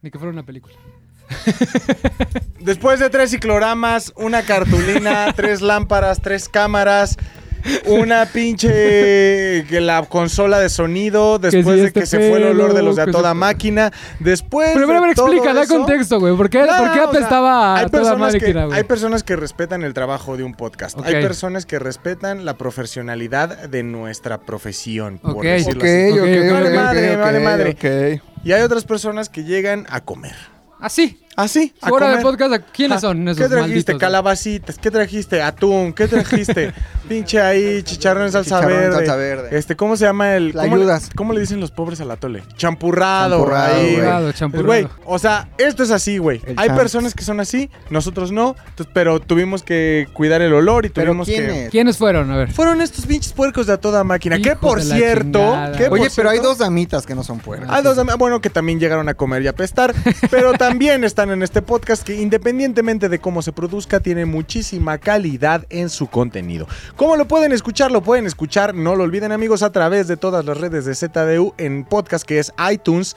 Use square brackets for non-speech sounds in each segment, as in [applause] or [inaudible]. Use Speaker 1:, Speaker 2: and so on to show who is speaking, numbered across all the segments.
Speaker 1: Ni que fuera una película.
Speaker 2: Después de tres cicloramas,
Speaker 1: [laughs]
Speaker 2: una cartulina, tres lámparas, tres cámaras, una pinche que la consola de sonido, después
Speaker 1: si
Speaker 2: de
Speaker 1: este
Speaker 2: que se fue el olor de los de a
Speaker 1: pelo, que
Speaker 2: toda
Speaker 1: se-
Speaker 2: máquina, después
Speaker 1: Pero, pero,
Speaker 2: de
Speaker 1: pero
Speaker 2: todo
Speaker 1: explica, da
Speaker 2: eso-
Speaker 1: contexto, güey. ¿Por qué,
Speaker 2: No,
Speaker 1: ¿por qué
Speaker 2: no, o sea,
Speaker 1: apestaba
Speaker 2: hay
Speaker 1: a toda
Speaker 2: personas que-
Speaker 1: máquina, güey?
Speaker 2: Hay personas que respetan el trabajo de un podcast.
Speaker 1: Ok.
Speaker 2: Hay personas que respetan la profesionalidad de nuestra profesión, por
Speaker 1: Ok.
Speaker 2: decirlo
Speaker 1: Ok,
Speaker 2: así.
Speaker 1: ok, ok,
Speaker 2: Vale madre,
Speaker 3: ok,
Speaker 2: vale
Speaker 3: ok,
Speaker 2: madre.
Speaker 3: ok.
Speaker 2: Y hay otras personas que llegan a comer.
Speaker 1: Así.
Speaker 2: Así, a
Speaker 1: Fuera del
Speaker 2: comer.
Speaker 1: podcast, ¿a- ¿quiénes
Speaker 2: Ah,
Speaker 1: son esos
Speaker 2: ¿Qué trajiste?
Speaker 1: malditos, güey?
Speaker 2: Calabacitas, ¿qué trajiste? Atún, ¿qué
Speaker 1: [laughs]
Speaker 2: trajiste? Pinche ahí, chicharrón en salsa
Speaker 3: Chicharrón en
Speaker 2: verde.
Speaker 3: salsa verde.
Speaker 2: Este, ¿cómo se llama el.
Speaker 3: La
Speaker 2: ¿cómo, le-
Speaker 3: ayudas.
Speaker 2: ¿Cómo le dicen los pobres al atole? Champurrado,
Speaker 3: Champurrado,
Speaker 2: ahí,
Speaker 3: güey.
Speaker 2: güey. Pues,
Speaker 1: Champurrado.
Speaker 2: Güey, o sea, esto es así, güey.
Speaker 3: El
Speaker 2: Hay
Speaker 3: champ.
Speaker 2: personas que son así, nosotros no, tu- pero tuvimos que cuidar el olor y
Speaker 3: Pero
Speaker 2: tuvimos
Speaker 3: ¿quién
Speaker 2: que.
Speaker 3: es?
Speaker 1: ¿Quiénes fueron? A ver.
Speaker 2: Fueron estos pinches puercos de a toda máquina. que
Speaker 1: Hijos
Speaker 2: por
Speaker 1: de la
Speaker 2: cierto.
Speaker 1: chingada.
Speaker 2: que por
Speaker 3: Oye, pero hay
Speaker 2: cierto-
Speaker 3: dos damitas que no son puercas.
Speaker 2: hay dos, am- bueno, que Ah, también llegaron a comer y
Speaker 1: [laughs]
Speaker 2: a pestar, pero también están en este podcast que independientemente de cómo se produzca, tiene muchísima calidad en su contenido. ¿Cómo lo pueden escuchar? Lo pueden escuchar, no lo olviden amigos, a través de todas las redes de ZDU en podcast que es iTunes,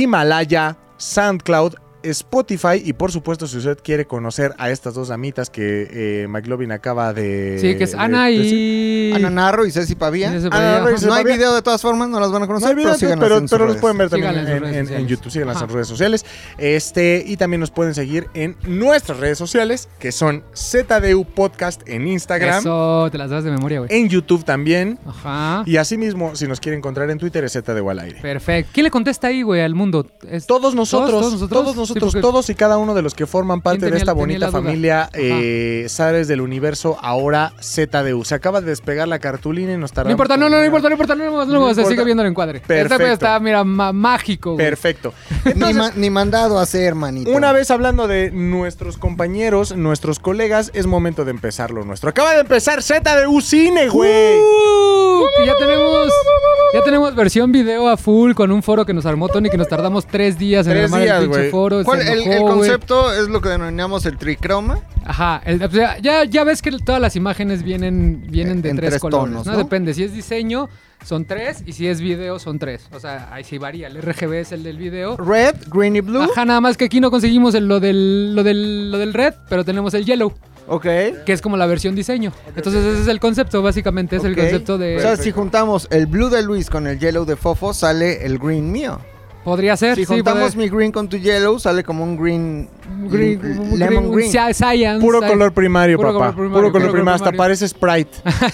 Speaker 2: Himalaya, SoundCloud. Spotify y por supuesto si usted quiere conocer a estas dos damitas que eh, McLovin acaba de...
Speaker 1: Sí, que es
Speaker 2: de
Speaker 1: Ana
Speaker 2: decir.
Speaker 1: y...
Speaker 3: Ananarro y Ceci Pavía.
Speaker 1: Ceci
Speaker 2: Ana
Speaker 1: Pavía,
Speaker 2: Ruiz,
Speaker 1: ajá.
Speaker 2: Ceci
Speaker 3: No hay
Speaker 2: Pavía.
Speaker 3: video de todas formas, no las van a
Speaker 2: No hay
Speaker 3: conocer,
Speaker 2: video,
Speaker 3: pero
Speaker 2: pero,
Speaker 3: síganlas
Speaker 2: pero,
Speaker 3: en sus
Speaker 2: pero los
Speaker 3: redes.
Speaker 2: pueden ver también
Speaker 1: Síganlas en
Speaker 2: en,
Speaker 1: sus redes
Speaker 2: en- en
Speaker 1: sociales.
Speaker 2: YouTube, síganlas en
Speaker 1: Ajá.
Speaker 2: redes sociales. Este, y también nos pueden seguir en nuestras redes sociales, que son ZDU Podcast en Instagram,
Speaker 1: Eso, te las das de memoria, güey.
Speaker 2: en YouTube también.
Speaker 1: Ajá.
Speaker 2: Eh. Y asimismo, si nos quiere encontrar en Twitter, es ZDU al aire.
Speaker 1: Perfecto. ¿Quién le contesta ahí, güey, al mundo? Es-
Speaker 2: Todos nosotros, todos,
Speaker 1: todos nosotros?
Speaker 2: nosotros,
Speaker 1: Sí, porque-
Speaker 2: todos y cada uno de los que forman parte
Speaker 1: ¿Quién
Speaker 2: de
Speaker 1: tenía-
Speaker 2: esta
Speaker 1: tenía
Speaker 2: bonita
Speaker 1: la duda?
Speaker 2: familia
Speaker 1: Ajá.
Speaker 2: eh, Zares del Universo, ahora ZDU. Se acaba de despegar la cartulina y nos tardamos.
Speaker 1: No importa, no,
Speaker 2: como
Speaker 1: no, no
Speaker 2: una-
Speaker 1: importa, no importa, no, no, no,
Speaker 2: No
Speaker 1: se
Speaker 2: importa.
Speaker 1: sigue viendo el encuadre. Este
Speaker 2: Perfecto.
Speaker 1: güey está, mira, ma- mágico, güey.
Speaker 2: Perfecto.
Speaker 3: ni, ma- ni mandado a hacer, manito.
Speaker 2: Una vez hablando de nuestros compañeros, nuestros colegas, es momento de empezar lo nuestro. Acaba de empezar ZDU Cine, güey.
Speaker 1: ¡Uh! Que ya
Speaker 3: [laughs]
Speaker 1: tenemos, ya tenemos versión video a full con un foro que nos armó Tony, que nos tardamos tres días en
Speaker 2: Tres
Speaker 1: armar
Speaker 2: días,
Speaker 1: el pinche
Speaker 2: güey.
Speaker 1: foro. se
Speaker 3: ¿Cuál- Pues el, el
Speaker 1: enojó, güey.
Speaker 3: concepto es lo que denominamos el tricroma.
Speaker 1: Ajá, el- o sea, ya, ya ves que todas las imágenes vienen, vienen de
Speaker 3: En
Speaker 1: tres,
Speaker 3: tres
Speaker 1: colores,
Speaker 3: tonos,
Speaker 1: ¿no?
Speaker 3: ¿no?
Speaker 1: Depende, si es diseño son tres y si es video son tres. O sea, ahí sí varía, el RGB es el del video.
Speaker 3: Red, green y blue.
Speaker 1: Ajá, nada más que aquí no conseguimos el- lo, del, lo, del, lo del red, pero tenemos el yellow,
Speaker 3: Ok.
Speaker 1: que es como la versión diseño. Entonces ese es el concepto, básicamente, es el
Speaker 3: ok.
Speaker 1: concepto de...
Speaker 3: O sea, si juntamos el blue de Luis con el yellow de Fofo, sale el green [laughs] mío.
Speaker 1: podría ser,
Speaker 3: Si
Speaker 1: sí,
Speaker 3: juntamos
Speaker 1: podría-
Speaker 3: mi green con tu yellow, sale como un green.
Speaker 1: Green,
Speaker 3: l- lemon green.
Speaker 1: sci- science,
Speaker 2: Puro
Speaker 1: sci-
Speaker 2: color primario,
Speaker 1: Puro
Speaker 2: papá.
Speaker 1: color primario,
Speaker 2: Puro color
Speaker 1: puro
Speaker 2: primario. Hasta
Speaker 1: color
Speaker 2: parece Sprite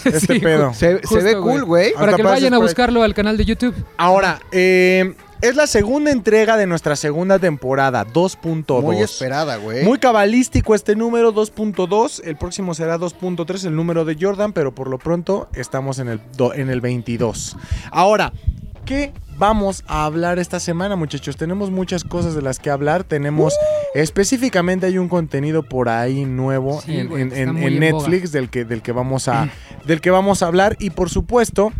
Speaker 2: este
Speaker 1: [laughs] Sí,
Speaker 2: pedo.
Speaker 3: Se, se
Speaker 1: Justo,
Speaker 3: ve
Speaker 1: güey.
Speaker 3: cool, güey.
Speaker 1: Para
Speaker 2: Hasta
Speaker 1: que lo
Speaker 2: parece
Speaker 1: vayan a
Speaker 2: Sprite.
Speaker 1: buscarlo al canal de YouTube.
Speaker 2: Ahora, eh, es la segunda entrega de nuestra segunda temporada, 2.2.
Speaker 3: Muy esperada, güey.
Speaker 2: Muy cabalístico este número 2.2, el próximo será 2.3, el número de Jordan, pero por lo pronto estamos en el, do- en el 22. Ahora, ¿qué vamos a hablar esta semana muchachos? Tenemos muchas cosas de las que hablar, tenemos específicamente hay un contenido por ahí nuevo
Speaker 1: Uh. Sí,
Speaker 2: en,
Speaker 1: güey,
Speaker 2: en-
Speaker 1: está
Speaker 2: en-
Speaker 1: muy
Speaker 2: en
Speaker 1: en
Speaker 2: Netflix del que, del, que
Speaker 1: [clears throat]
Speaker 2: vamos a, del que vamos a hablar y por supuesto...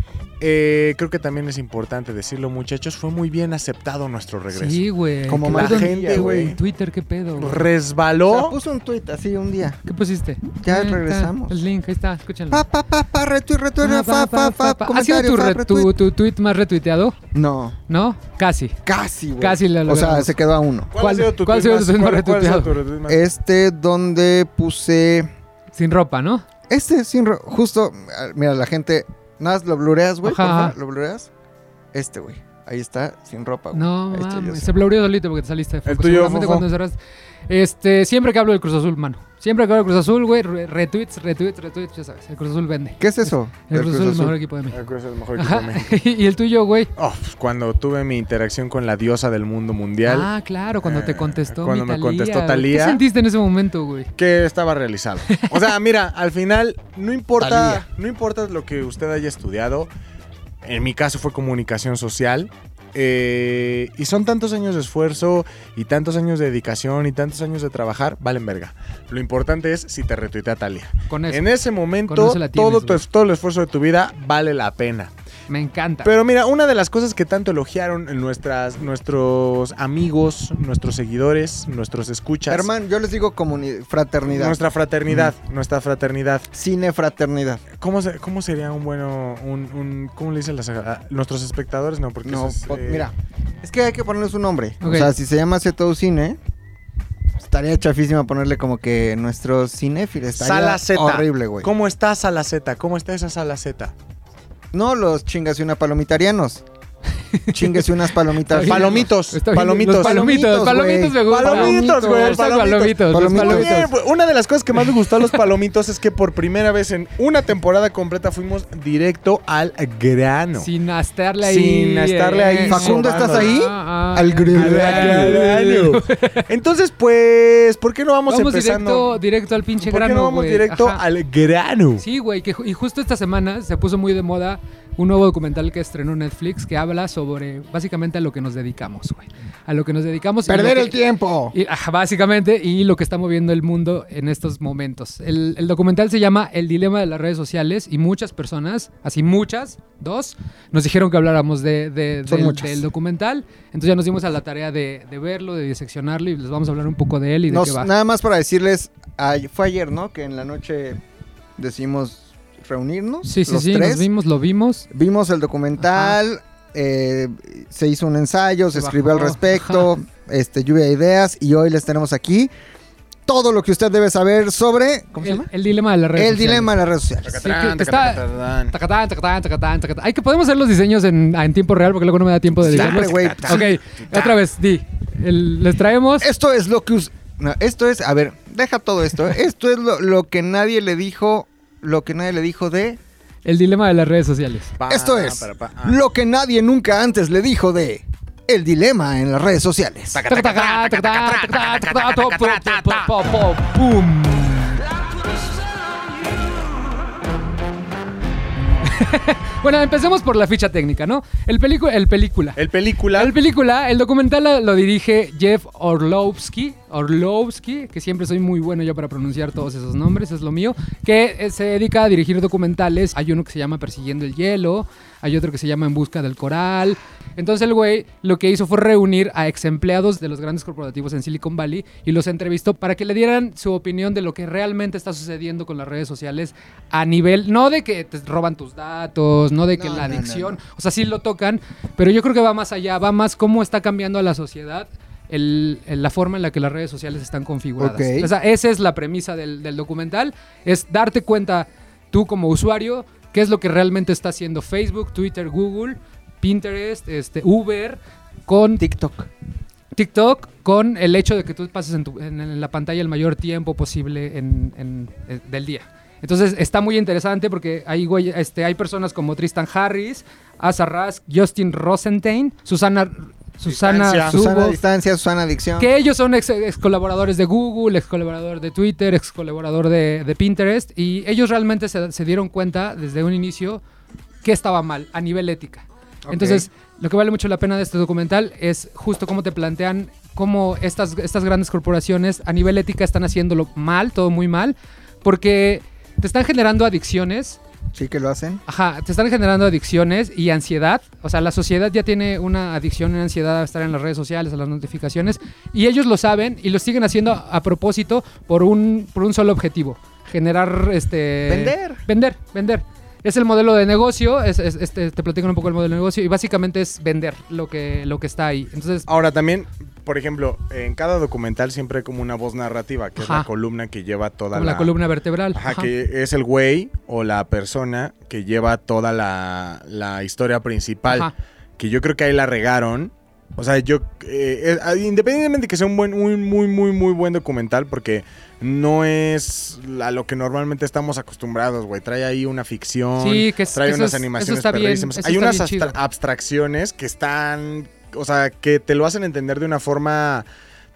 Speaker 2: eh, creo que también es importante decirlo, muchachos. Fue muy bien aceptado nuestro regreso.
Speaker 1: Sí, güey.
Speaker 3: Como
Speaker 1: Qué
Speaker 3: la
Speaker 1: pedo en-
Speaker 2: gente, güey.
Speaker 1: en Twitter, qué pedo. güey.
Speaker 2: Resbaló.
Speaker 3: O sea, puso un tweet así un día.
Speaker 1: ¿Qué pusiste?
Speaker 3: Ya
Speaker 1: Ahí está,
Speaker 3: regresamos.
Speaker 1: El link, ahí está, escúchenlo.
Speaker 3: Pa, pa, pa, pa, retweet, retweet,
Speaker 1: Ah,
Speaker 3: fa,
Speaker 1: pa, pa,
Speaker 3: fa, fa,
Speaker 1: pa. ¿Ha sido
Speaker 3: comentario,
Speaker 1: tu,
Speaker 3: fa,
Speaker 1: re- tu,
Speaker 3: retweet.
Speaker 1: tu tweet más retuiteado?
Speaker 3: No,
Speaker 1: ¿No? Casi.
Speaker 3: casi, güey.
Speaker 1: Casi lo
Speaker 3: O sea,
Speaker 1: logramos.
Speaker 3: se quedó a uno.
Speaker 2: ¿Cuál,
Speaker 1: ¿Cuál-
Speaker 2: ha sido tu
Speaker 1: cuál ha
Speaker 2: tweet
Speaker 1: sido
Speaker 2: más-
Speaker 1: tu tweet más
Speaker 2: cuál- cuál ha sido
Speaker 1: retuiteado? Eh.
Speaker 2: tu tweet más-
Speaker 3: Este donde puse...
Speaker 1: Sin ropa, ¿no?
Speaker 3: Este sin... ro- Justo, ah, mira, la gente... Nada más lo blureas, güey.
Speaker 1: Ajá,
Speaker 3: porfa,
Speaker 1: ajá.
Speaker 3: ¿Lo blureas? Este, güey. Ahí está, sin ropa, güey.
Speaker 1: No,
Speaker 3: Ahí estoy Este yo
Speaker 1: mames.
Speaker 3: sin
Speaker 1: Se
Speaker 3: ropa.
Speaker 1: bloreó solito porque te saliste de foco.
Speaker 2: El tuyo,
Speaker 1: Seguramente
Speaker 2: Fofo.
Speaker 1: cuando cerraste- Este, siempre que hablo del Cruz Azul, mano. Siempre que hablo del Cruz Azul, güey, re- retweets, retweets, retweets, ya sabes. El Cruz Azul vende.
Speaker 3: ¿Qué es eso?
Speaker 1: El,
Speaker 3: del
Speaker 1: Cruz, Azul es el mejor equipo de México.
Speaker 2: Ah, creo que es el mejor equipo de
Speaker 1: Ajá.
Speaker 2: México.
Speaker 1: [laughs] y el tuyo, güey.
Speaker 2: Oh, pues, cuando tuve mi interacción con la diosa del mundo mundial,
Speaker 1: Ah, claro, cuando
Speaker 2: Eh,
Speaker 1: te contestó
Speaker 2: cuando
Speaker 1: mi
Speaker 2: me contestó
Speaker 1: güey.
Speaker 2: Thalía.
Speaker 1: ¿Qué sentiste en ese momento, güey?
Speaker 2: que estaba realizado. O sea, mira, al final no importa,
Speaker 3: Talía.
Speaker 2: no importa lo que usted haya estudiado. En mi caso fue comunicación social. eh, y son tantos años de esfuerzo y tantos años de dedicación y tantos años de trabajar, valen verga. Lo importante es si te retuitea Talia.
Speaker 1: Con eso.
Speaker 2: En e- ese
Speaker 1: Con
Speaker 2: momento,
Speaker 1: eso la tienes,
Speaker 2: todo, tu,
Speaker 1: güey.
Speaker 2: todo el esfuerzo de tu vida vale la pena.
Speaker 1: Me encanta.
Speaker 2: Pero mira, una de las cosas que tanto elogiaron en nuestras, nuestros amigos, nuestros seguidores, nuestros escuchas.
Speaker 3: Hermano, yo les digo comuni- fraternidad.
Speaker 2: Nuestra fraternidad, nuestra fraternidad.
Speaker 3: Cinefraternidad.
Speaker 2: ¿Cómo, se- cómo sería un bueno, un, un- ¿cómo le dicen las, a nuestros espectadores? No, porque
Speaker 3: No,
Speaker 2: eso es,
Speaker 3: po-
Speaker 2: eh,
Speaker 3: mira, es que hay que ponerles un nombre.
Speaker 1: Ok.
Speaker 3: O sea, si se llama Zetou Cine, estaría chafísima ponerle como que nuestro cinéfilo. Estaría
Speaker 2: Sala Z.
Speaker 3: horrible, güey.
Speaker 2: ¿Cómo está Sala Z? ¿Cómo está esa Sala Z?
Speaker 3: No los chingas y una palomitarianos. chingas y
Speaker 2: [laughs]
Speaker 3: unas palomitas.
Speaker 2: Está bien. Palomitos,
Speaker 1: Está bien,
Speaker 2: palomitos.
Speaker 1: Los palomitos,
Speaker 3: Palomitos,
Speaker 1: palomitos me
Speaker 3: güey.
Speaker 1: gustan.
Speaker 2: Palomitos, güey,
Speaker 1: Hashtag
Speaker 2: palomitos.
Speaker 1: palomitos, los
Speaker 3: Palomitos.
Speaker 2: Muy bien,
Speaker 1: palomitos.
Speaker 2: pues, una de las cosas que más me gustó a los palomitos es que por primera vez en una temporada completa fuimos directo al grano.
Speaker 1: Sin estarle ahí. eh,
Speaker 2: Sin estarle ahí
Speaker 3: Facundo, ¿estás ahí?
Speaker 1: Ah, ah,
Speaker 3: Al
Speaker 1: ah,
Speaker 3: grano.
Speaker 2: Al
Speaker 1: al
Speaker 2: grano. Entonces, pues, ¿por qué no vamos,
Speaker 1: Vamos,
Speaker 2: empezando?
Speaker 1: directo, directo al pinche
Speaker 2: ¿Por
Speaker 1: grano,
Speaker 2: qué no vamos
Speaker 1: güey?
Speaker 2: directo
Speaker 1: Ajá.
Speaker 2: al grano?
Speaker 1: Sí, güey, que ju- y justo esta semana se puso muy de moda un nuevo documental que estrenó Netflix que habla sobre básicamente a lo que nos dedicamos, güey. A lo que nos dedicamos. y lo
Speaker 3: Perder
Speaker 1: que-
Speaker 3: el tiempo.
Speaker 1: y, ajá, básicamente, y lo que está moviendo el mundo en estos momentos. El, el documental se llama El dilema de las redes sociales y muchas personas, así muchas, dos, nos dijeron que habláramos de, de-
Speaker 3: Son
Speaker 1: del,
Speaker 3: muchas.
Speaker 1: del documental. Entonces ya nos dimos a la tarea de, de verlo, de diseccionarlo y les vamos a hablar un poco de él y de
Speaker 3: Nos-
Speaker 1: qué va.
Speaker 3: nada más para decirles, ay- fue ayer, ¿no? Que en la noche decidimos reunirnos.
Speaker 1: Sí, sí,
Speaker 3: los
Speaker 1: sí,
Speaker 3: tres.
Speaker 1: nos vimos, lo vimos.
Speaker 3: Vimos el documental, eh, se hizo un ensayo, se,
Speaker 1: Se
Speaker 3: escribió al
Speaker 1: bajó,
Speaker 3: respecto, este, lluvia de ideas, y hoy les tenemos aquí todo lo que usted debe saber sobre. ¿Cómo se
Speaker 1: El,
Speaker 3: llama?
Speaker 1: el dilema de las
Speaker 3: El
Speaker 1: redes sociales.
Speaker 3: dilema de las redes
Speaker 1: Sí,
Speaker 3: sociales.
Speaker 1: que te está- Tacatán, tacatán, tacatán, tacatán. Ay, que podemos hacer los diseños en, en tiempo real porque luego no me da tiempo de
Speaker 3: Siempre,
Speaker 1: diseñarlos.
Speaker 3: güey.
Speaker 1: Ok, otra vez, di. El- les traemos.
Speaker 3: Esto es lo que. us- no, esto es. A ver, deja todo esto. ¿eh? Esto es lo, lo que nadie le dijo. Lo que nadie le dijo de.
Speaker 1: El dilema de las redes sociales.
Speaker 3: Esto es
Speaker 2: ah.
Speaker 3: lo que nadie nunca antes le dijo de el dilema en las redes sociales.
Speaker 1: Tacatán, tacatán, tacatán, tacatán, to- po- po- po- po- ¡Pum! [laughs] Bueno, empecemos por la ficha técnica, ¿no? El, pelicu- el película.
Speaker 2: El película.
Speaker 1: La película, el documental la- lo dirige Jeff Orlovsky, Orlovsky, que siempre soy muy bueno yo para pronunciar todos esos nombres, es lo mío, que eh, se dedica a dirigir documentales. Hay uno que se llama Persiguiendo el Hielo, hay otro que se llama En Busca del Coral. Entonces el güey lo que hizo fue reunir a ex empleados de los grandes corporativos en Silicon Valley y los entrevistó para que le dieran su opinión de lo que realmente está sucediendo con las redes sociales a nivel, no de que te roban tus datos, no de que
Speaker 3: No,
Speaker 1: la
Speaker 3: no, no,
Speaker 1: adicción,
Speaker 3: no.
Speaker 1: o sea, sí lo tocan, pero yo creo que va más allá, va más cómo está cambiando a la sociedad el- el- la forma en la que las redes sociales están configuradas.
Speaker 3: Ok.
Speaker 1: O sea, esa es la premisa del, del documental, es darte cuenta tú como usuario qué es lo que realmente está haciendo Facebook, Twitter, Google, Pinterest, este, Uber, con
Speaker 3: TikTok.
Speaker 1: TikTok, con el hecho de que tú pases en, tu- en- en la pantalla el mayor tiempo posible en- en- eh, del día. Entonces está muy interesante porque hay, güey- este, hay personas como Tristan Harris, Asa Rask, Justin Rosenstein, Susana, Susana
Speaker 2: Distancia.
Speaker 1: Zuboff,
Speaker 3: Susana Distancia, Susana Adicción.
Speaker 1: que ellos son ex, ex colaboradores de Google, ex colaborador de Twitter, ex colaborador de, de Pinterest, y ellos realmente se, se dieron cuenta desde un inicio que estaba mal a nivel ética. Entonces, lo que vale mucho la pena de este documental es justo cómo te plantean cómo estas, estas grandes corporaciones a nivel ética están haciéndolo mal, todo muy mal, porque te están generando adicciones
Speaker 3: Sí, que lo hacen.
Speaker 1: Ajá, te están generando adicciones y ansiedad. O sea, la sociedad ya tiene una adicción, una ansiedad a estar en las redes sociales, a las notificaciones. Y ellos lo saben y lo siguen haciendo a, a propósito por un, por un solo objetivo. Generar este...
Speaker 3: Vender.
Speaker 1: Vender, vender. Es el modelo de negocio, es- es- este, te platican un poco el modelo de negocio y básicamente es vender lo que, lo que está ahí. Entonces,
Speaker 2: Ahora también, por ejemplo, en cada documental siempre hay como una voz narrativa, que es la
Speaker 1: Ajá.
Speaker 2: columna que lleva toda
Speaker 1: como la, columna vertebral.
Speaker 2: Ajá,
Speaker 1: ajá.
Speaker 2: que es el güey o la persona que lleva toda la, la historia principal.
Speaker 1: Ajá.
Speaker 2: Que yo creo que ahí la regaron. O sea, yo. eh, eh, independientemente que sea un buen, un muy, muy, muy buen documental, porque no es a lo que normalmente estamos acostumbrados, güey. Trae ahí una ficción.
Speaker 1: Sí, que es-
Speaker 2: trae
Speaker 1: eso
Speaker 2: unas
Speaker 1: es- eso
Speaker 2: animaciones
Speaker 1: está bien,
Speaker 2: perrísimas.
Speaker 1: eso
Speaker 2: Hay
Speaker 1: está
Speaker 2: unas
Speaker 1: bien chido.
Speaker 2: abstra- abstracciones que están. O sea, que te lo hacen entender de una forma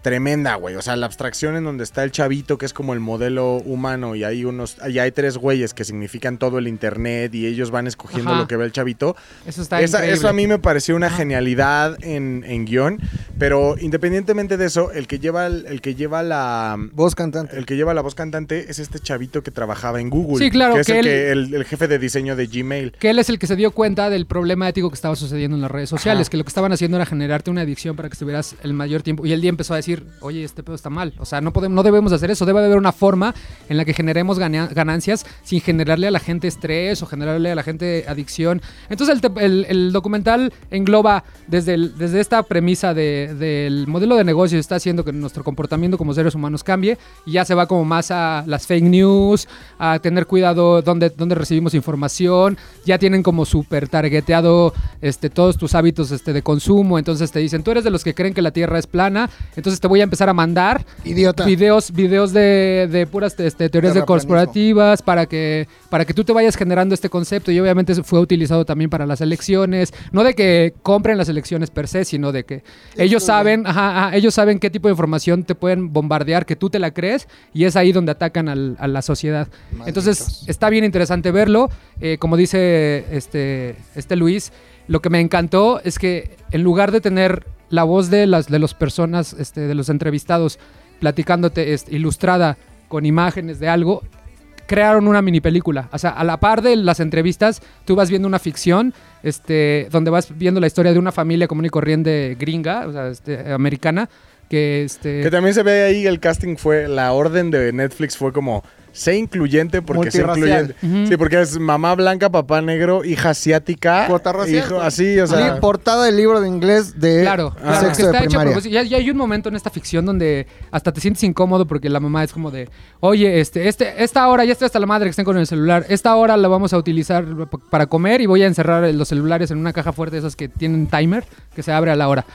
Speaker 2: tremenda, güey. O sea, la abstracción en donde está el chavito, que es como el modelo humano, y hay unos, y hay tres güeyes que significan todo el internet y ellos van escogiendo
Speaker 1: Ajá.
Speaker 2: lo que ve el chavito.
Speaker 1: Eso está
Speaker 2: Esa-
Speaker 1: increíble.
Speaker 2: eso a mí me pareció una
Speaker 1: Ajá.
Speaker 2: genialidad en, en guión. Pero independientemente de eso, el que lleva el, el que lleva la
Speaker 3: Voz cantante.
Speaker 2: el que lleva la voz cantante es este chavito que trabajaba en Google.
Speaker 1: Sí, claro,
Speaker 2: Que es
Speaker 1: que
Speaker 2: el,
Speaker 1: él-
Speaker 2: que- el- el jefe de diseño de Gmail.
Speaker 1: Que él es el que se dio cuenta del problema ético que estaba sucediendo en las redes sociales,
Speaker 2: Ajá.
Speaker 1: que lo que estaban haciendo era generarte una adicción para que estuvieras el mayor tiempo. Y el día empezó a decir, oye, este pedo está mal. O sea, no podemos, no debemos hacer eso. Debe haber una forma en la que generemos gana- ganancias sin generarle a la gente estrés o generarle a la gente adicción. Entonces el, te- el- el documental engloba desde, el- desde esta premisa de- del modelo de negocio está haciendo que nuestro comportamiento como seres humanos cambie y ya se va como más a las fake news, a tener cuidado donde, donde recibimos información, ya tienen como súper targeteado este, todos tus hábitos este, de consumo, entonces te dicen, tú eres de los que creen que la Tierra es plana, entonces te voy a empezar a mandar
Speaker 3: Idiota.
Speaker 1: videos, videos de, de puras este, teorías de
Speaker 3: Terraplanismo.
Speaker 1: corporativas para que, para que tú te vayas generando este concepto y obviamente eso fue utilizado también para las elecciones, no de que compren las elecciones per se, sino de que ellos saben, ajá, ajá, ellos saben qué tipo de información te pueden bombardear, que tú te la crees y es ahí donde atacan al- a la sociedad. Entonces está bien interesante verlo, Eh, como dice este, este Luis, lo que me encantó es que en lugar de tener la voz de las de las personas, este, de los entrevistados, platicándote este, ilustrada con imágenes de algo, crearon una mini película. O sea, a la par de las entrevistas, tú vas viendo una ficción, este, donde vas viendo la historia de una familia común y corriente gringa, o sea, este, americana, que este.
Speaker 2: Que también se ve ahí el casting fue, la orden de Netflix fue como sé incluyente porque sé
Speaker 3: Multirracial.
Speaker 2: incluyente. Sí, porque es mamá blanca, papá negro, hija asiática.
Speaker 3: Cuota racial,
Speaker 2: hijo-
Speaker 3: güey.
Speaker 2: así, o sea.
Speaker 3: Li- portada del libro de inglés de
Speaker 1: Claro, claro, que
Speaker 3: sexto de
Speaker 1: está hecho a
Speaker 3: primaria.
Speaker 1: propósito. Ya, ya hay un momento en esta ficción donde hasta te sientes incómodo porque la mamá es como de, oye, este, este, esta hora ya está hasta la madre que estén con el celular, esta hora la vamos a utilizar p- para comer y voy a encerrar los celulares en una caja fuerte de esas que tienen timer que se abre a la hora.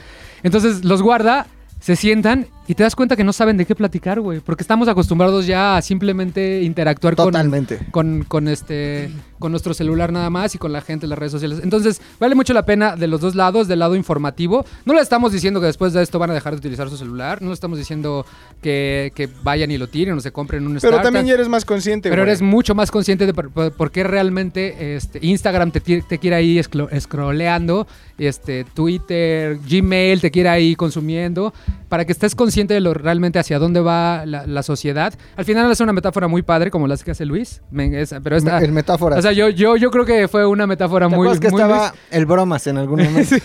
Speaker 1: Entonces los guarda, se sientan y te das cuenta que no saben de qué platicar, güey, porque estamos acostumbrados ya a simplemente interactuar con,
Speaker 3: Totalmente.
Speaker 1: con, con este con nuestro celular nada más y con la gente en las redes sociales. Entonces, vale mucho la pena de los dos lados, del lado informativo. No le estamos diciendo que después de esto van a dejar de utilizar su celular, no le estamos diciendo que, que vayan y lo tiren o se compren un
Speaker 2: Pero
Speaker 1: startup.
Speaker 2: también ya eres más consciente,
Speaker 1: Pero
Speaker 2: güey.
Speaker 1: eres mucho más consciente de por, por- por qué realmente este, Instagram te, ti- te quiere ahí esclo- scrolleando, este, Twitter, Gmail te quiere ahí consumiendo, para que estés consciente de lo, realmente hacia dónde va la, la sociedad. Al final es una metáfora muy padre, como las que hace Luis, me- esa- pero esta...
Speaker 3: El metáfora.
Speaker 1: O sea, yo, yo, yo creo que fue una metáfora
Speaker 3: ¿Te
Speaker 1: muy,
Speaker 3: acuerdas que
Speaker 1: muy
Speaker 3: estaba el bromas en algún
Speaker 1: [laughs]
Speaker 3: momento?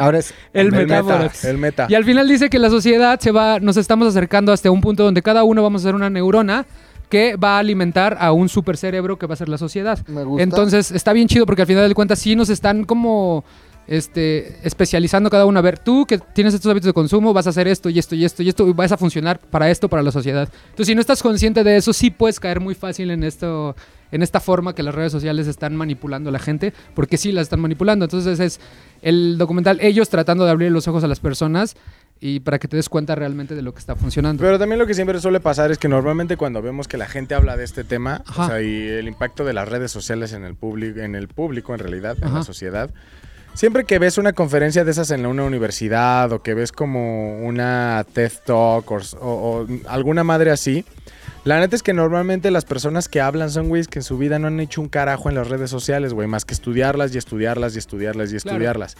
Speaker 3: Ahora es
Speaker 1: El
Speaker 2: El meta,
Speaker 1: metáforas.
Speaker 2: El meta.
Speaker 1: Y al final dice que la sociedad se va, nos estamos acercando hasta un punto donde cada uno vamos a ser una neurona que va a alimentar a un super cerebro que va a ser la sociedad.
Speaker 3: Me gusta.
Speaker 1: Entonces está bien chido porque al final de cuentas sí nos están como este, especializando cada uno. A ver, tú que tienes estos hábitos de consumo, vas a hacer esto y esto y esto y esto y vas a funcionar para esto, para la sociedad. Entonces si no estás consciente de eso, sí puedes caer muy fácil en esto. En esta forma que las redes sociales están manipulando a la gente, porque sí la están manipulando. Entonces es el documental, ellos tratando de abrir los ojos a las personas y para que te des cuenta realmente de lo que está funcionando.
Speaker 2: Pero también lo que siempre suele pasar es que normalmente cuando vemos que la gente habla de este tema,
Speaker 1: Ajá.
Speaker 2: o sea, y el impacto de las redes sociales en el público, en el público en realidad, en
Speaker 1: Ajá.
Speaker 2: la sociedad, siempre que ves una conferencia de esas en una universidad o que ves como una TED Talk o, o- o alguna madre así, la neta es que normalmente las personas que hablan son güeyes que en su vida no han hecho un carajo en las redes sociales, güey, más que estudiarlas y estudiarlas y estudiarlas y
Speaker 1: Claro.
Speaker 2: estudiarlas.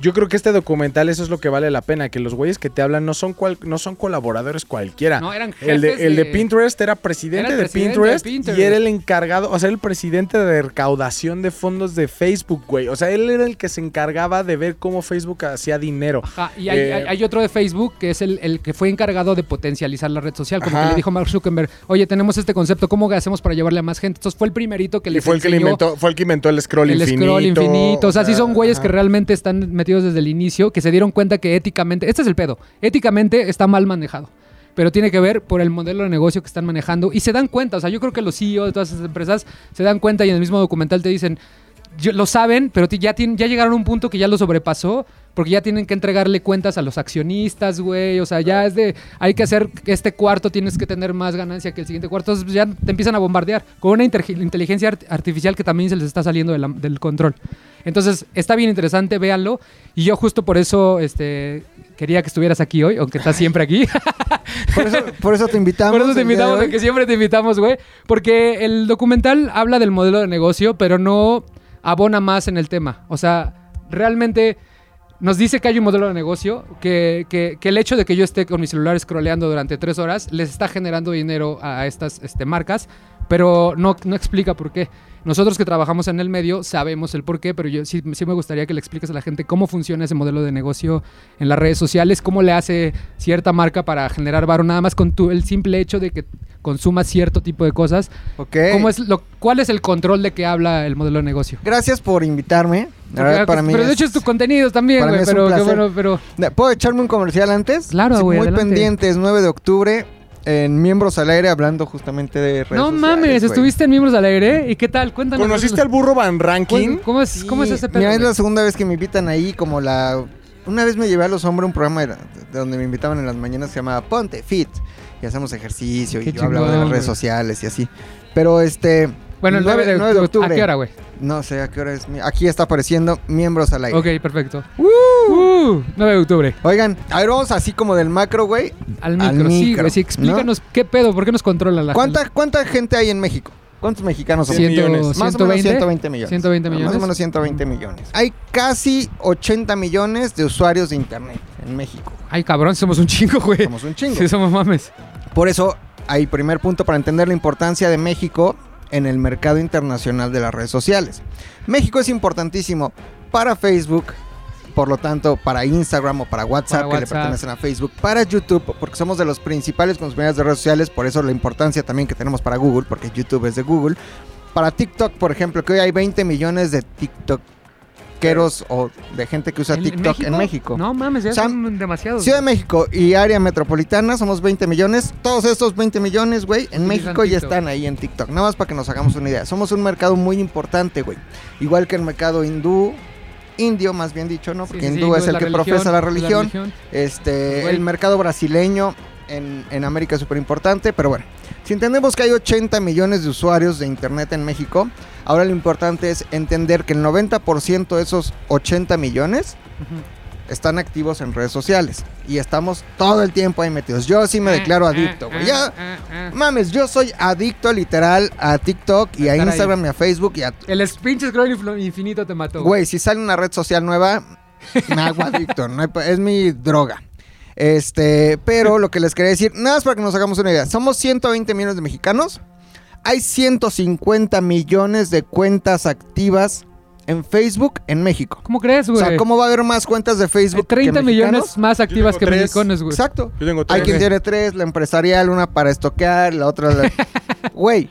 Speaker 2: Yo creo que este documental eso es lo que vale la pena, que los güeyes que te hablan no son cual- no son colaboradores cualquiera.
Speaker 1: No, eran jefes
Speaker 2: el de, el de
Speaker 1: de-
Speaker 2: Pinterest era presidente,
Speaker 1: Era el
Speaker 2: de,
Speaker 1: presidente de
Speaker 2: Pinterest
Speaker 1: Pinterest.
Speaker 2: y era el encargado, o sea, el presidente de recaudación de fondos de Facebook, güey. O sea, él era el que se encargaba de ver cómo Facebook hacía dinero.
Speaker 1: Ajá, y hay,
Speaker 2: Eh,
Speaker 1: hay- hay otro de Facebook que es el, el que fue encargado de potencializar la red social, como
Speaker 2: Ajá.
Speaker 1: que le dijo Mark Zuckerberg, oye, tenemos este concepto, ¿cómo hacemos para llevarle a más gente? Entonces fue el primerito que
Speaker 2: Y
Speaker 1: les
Speaker 2: fue el que le
Speaker 1: enseñó
Speaker 2: inventó, fue el que inventó el scroll
Speaker 1: el
Speaker 2: infinito.
Speaker 1: scroll infinito. O sea, sí son güeyes
Speaker 2: ajá.
Speaker 1: que realmente están metidos desde el inicio, que se dieron cuenta que éticamente, este es el pedo, éticamente está mal manejado. Pero tiene que ver por el modelo de negocio que están manejando. Y se dan cuenta, o sea, yo creo que los CEO de todas esas empresas se dan cuenta y en el mismo documental te dicen, yo- lo saben, pero ti- ya, tienen, ya llegaron a un punto que ya lo sobrepasó, porque ya tienen que entregarle cuentas a los accionistas, güey. O sea, ya es de, hay que hacer que este cuarto, tienes que tener más ganancia que el siguiente cuarto. Entonces pues, ya te empiezan a bombardear con una interge- inteligencia art- artificial que también se les está saliendo de la- del control. Entonces, está bien interesante, véanlo. Y yo justo por eso este, quería que estuvieras aquí hoy, aunque estás siempre aquí. [laughs]
Speaker 3: Por eso, por eso te invitamos.
Speaker 1: Por eso te
Speaker 3: el día de
Speaker 1: invitamos,
Speaker 3: hoy.
Speaker 1: que siempre te invitamos, güey. Porque el documental habla del modelo de negocio, pero no abona más en el tema. O sea, realmente Nos dice que hay un modelo de negocio que, que- que el hecho de que yo esté con mi celular scrolleando durante tres horas les está generando dinero a, a estas este, marcas, pero no, no explica por qué. Nosotros que trabajamos en el medio sabemos el por qué, pero yo sí, sí me gustaría que le expliques a la gente cómo funciona ese modelo de negocio en las redes sociales, cómo le hace cierta marca para generar varo, nada más con tu, el simple hecho de que consumas cierto tipo de cosas.
Speaker 3: Ok.
Speaker 1: ¿Cómo es lo, ¿Cuál es el control de que habla el modelo de negocio?
Speaker 3: Gracias por invitarme. La verdad, para mí
Speaker 1: pero de
Speaker 3: es-
Speaker 1: hecho es tu contenido también,
Speaker 3: para mí
Speaker 1: güey,
Speaker 3: es un
Speaker 1: pero qué
Speaker 3: placer.
Speaker 1: bueno, pero...
Speaker 3: ¿Puedo echarme un comercial antes?
Speaker 1: Claro,
Speaker 3: Sí,
Speaker 1: güey,
Speaker 3: Muy
Speaker 1: adelante.
Speaker 3: pendientes, 9 de octubre, en Miembros al Aire, hablando justamente de redes
Speaker 1: No
Speaker 3: sociales,
Speaker 1: mames,
Speaker 3: güey.
Speaker 1: estuviste en Miembros al Aire. ¿eh? ¿Y qué tal? Cuéntanos.
Speaker 2: ¿Conociste al burro Van Ranking?
Speaker 1: ¿Cómo, cómo es, cómo es
Speaker 3: Sí,
Speaker 1: ese pedo?
Speaker 3: Mira, es
Speaker 1: güey?
Speaker 3: la segunda vez que me invitan ahí, como la... Una vez me llevé a los hombres a un programa de la- de donde me invitaban en las mañanas que se llamaba Ponte Fit. Y hacemos ejercicio, y
Speaker 1: Qué
Speaker 3: yo hablaba de las
Speaker 1: chingón,
Speaker 3: redes
Speaker 1: güey.
Speaker 3: sociales y así. Pero este...
Speaker 1: Bueno, el 9 de,
Speaker 3: nueve
Speaker 1: octubre. ¿A qué hora, güey?
Speaker 3: No sé a qué hora es. mi- Aquí está apareciendo Miembros al Aire.
Speaker 1: Ok, perfecto. Uh, 9 de octubre.
Speaker 3: Oigan, a ver, vamos así como del macro, güey.
Speaker 1: Al micro.
Speaker 3: Al
Speaker 1: sí,
Speaker 3: micro,
Speaker 1: güey. Sí, explícanos qué pedo, por qué nos controla la
Speaker 3: ¿Cuánta, ¿Cuánta gente hay en México? ¿Cuántos mexicanos son?
Speaker 2: Cien
Speaker 1: gente? Ciento-
Speaker 2: millones.
Speaker 3: Más
Speaker 1: 120,
Speaker 3: o menos 120 millones.
Speaker 1: 120 millones.
Speaker 3: Más o menos 120 millones. Hay casi 80 millones de usuarios de internet en México.
Speaker 1: Ay, cabrón, somos un chingo, güey.
Speaker 3: Somos un chingo.
Speaker 1: Sí, somos mames.
Speaker 3: Por eso, hay primer punto para entender la importancia de México en el mercado internacional de las redes sociales. México es importantísimo para Facebook, por lo tanto, para Instagram o para
Speaker 1: Para
Speaker 3: WhatsApp, que
Speaker 1: WhatsApp.
Speaker 3: le pertenecen a Facebook, para YouTube, porque somos de los principales consumidores de redes sociales, por eso la importancia también que tenemos para Google, porque YouTube es de Google. Para TikTok, por ejemplo, que hoy hay 20 millones de TikTokeros o de gente que usa TikTok en México.
Speaker 1: No mames, ya
Speaker 3: O sea,
Speaker 1: son demasiados.
Speaker 3: Ciudad de
Speaker 1: güey.
Speaker 3: México y área metropolitana somos 20 millones. Todos estos 20 millones, güey,
Speaker 1: Utilizan
Speaker 3: en México ya
Speaker 1: TikTok.
Speaker 3: están ahí en TikTok. Nada más para que nos hagamos una idea. Somos un mercado muy importante, güey. Igual que el mercado hindú, indio más bien dicho, ¿no?
Speaker 1: Sí,
Speaker 3: Porque
Speaker 1: sí, sí,
Speaker 3: hindú es el
Speaker 1: la
Speaker 3: que
Speaker 1: religión,
Speaker 3: profesa la religión. Este,
Speaker 1: Güey.
Speaker 3: el mercado brasileño en, en América es súper importante, pero bueno. Si entendemos que hay 80 millones de usuarios de Internet en México, ahora lo importante es entender que el 90% de esos 80 millones
Speaker 1: Ujú.
Speaker 3: están activos en redes sociales y estamos todo el tiempo ahí metidos. Yo sí me declaro
Speaker 1: Ah,
Speaker 3: adicto,
Speaker 1: ah,
Speaker 3: güey.
Speaker 1: ah,
Speaker 3: Ya,
Speaker 1: ah, ah.
Speaker 3: mames, yo soy adicto literal a TikTok y a
Speaker 1: Estar ahí.
Speaker 3: Instagram y a Facebook y a...
Speaker 1: El es- pinche scroll inflo- infinito te mató.
Speaker 3: Güey, si sale una red social nueva, me hago adicto. no hay pa- es mi droga. Este, pero lo que les quería decir, nada más para que nos hagamos una idea. Somos 120 millones de mexicanos. Hay 150 millones de cuentas activas en Facebook en México.
Speaker 1: ¿Cómo crees,
Speaker 3: O
Speaker 1: güey?
Speaker 3: sea, ¿cómo va a haber más cuentas de
Speaker 1: Hay
Speaker 3: Facebook? que
Speaker 1: 30
Speaker 3: mexicanos?
Speaker 1: millones más activas
Speaker 2: Yo
Speaker 1: que
Speaker 2: tengo tres.
Speaker 1: mexicones, güey.
Speaker 3: Exacto.
Speaker 2: Yo tengo
Speaker 3: Hay
Speaker 2: tres.
Speaker 3: quien tiene tres, la empresarial, una para estoquear, la otra...
Speaker 1: [laughs]
Speaker 3: la- Güey,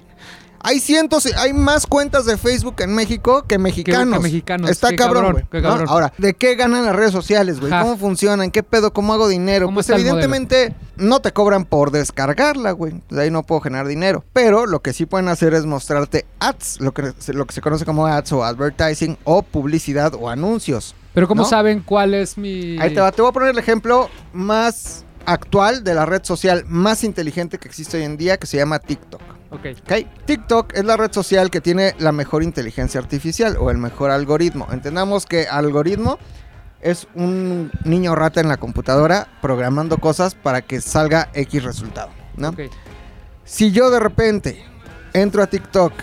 Speaker 3: hay cientos, hay más cuentas de Facebook en México que mexicanos.
Speaker 1: que mexicanos,
Speaker 3: Está
Speaker 1: qué
Speaker 3: cabrón,
Speaker 1: cabrón,
Speaker 3: güey,
Speaker 1: qué
Speaker 3: ¿no?
Speaker 1: cabrón.
Speaker 3: Ahora, ¿de qué ganan las redes sociales, güey?
Speaker 1: Ajá.
Speaker 3: ¿Cómo funcionan? ¿Qué pedo? ¿Cómo hago dinero?
Speaker 1: ¿Cómo
Speaker 3: Pues
Speaker 1: está el modelo?
Speaker 3: evidentemente no te cobran por descargarla, güey. De ahí no puedo generar dinero. Pero lo que sí pueden hacer es mostrarte ads, lo que, se- lo que se conoce como ads o advertising o publicidad o anuncios.
Speaker 1: Pero ¿cómo
Speaker 3: ¿no?
Speaker 1: saben cuál es mi...?
Speaker 3: Ahí te va, te voy a poner el ejemplo más actual de la red social más inteligente que existe hoy en día, que se llama TikTok.
Speaker 1: Ok.
Speaker 3: ¿ok? TikTok es la red social que tiene la mejor inteligencia artificial o el mejor algoritmo. Entendamos que algoritmo es un niño rata en la computadora programando cosas para que salga X resultado, ¿no?
Speaker 1: ok.
Speaker 3: Si yo de repente entro a TikTok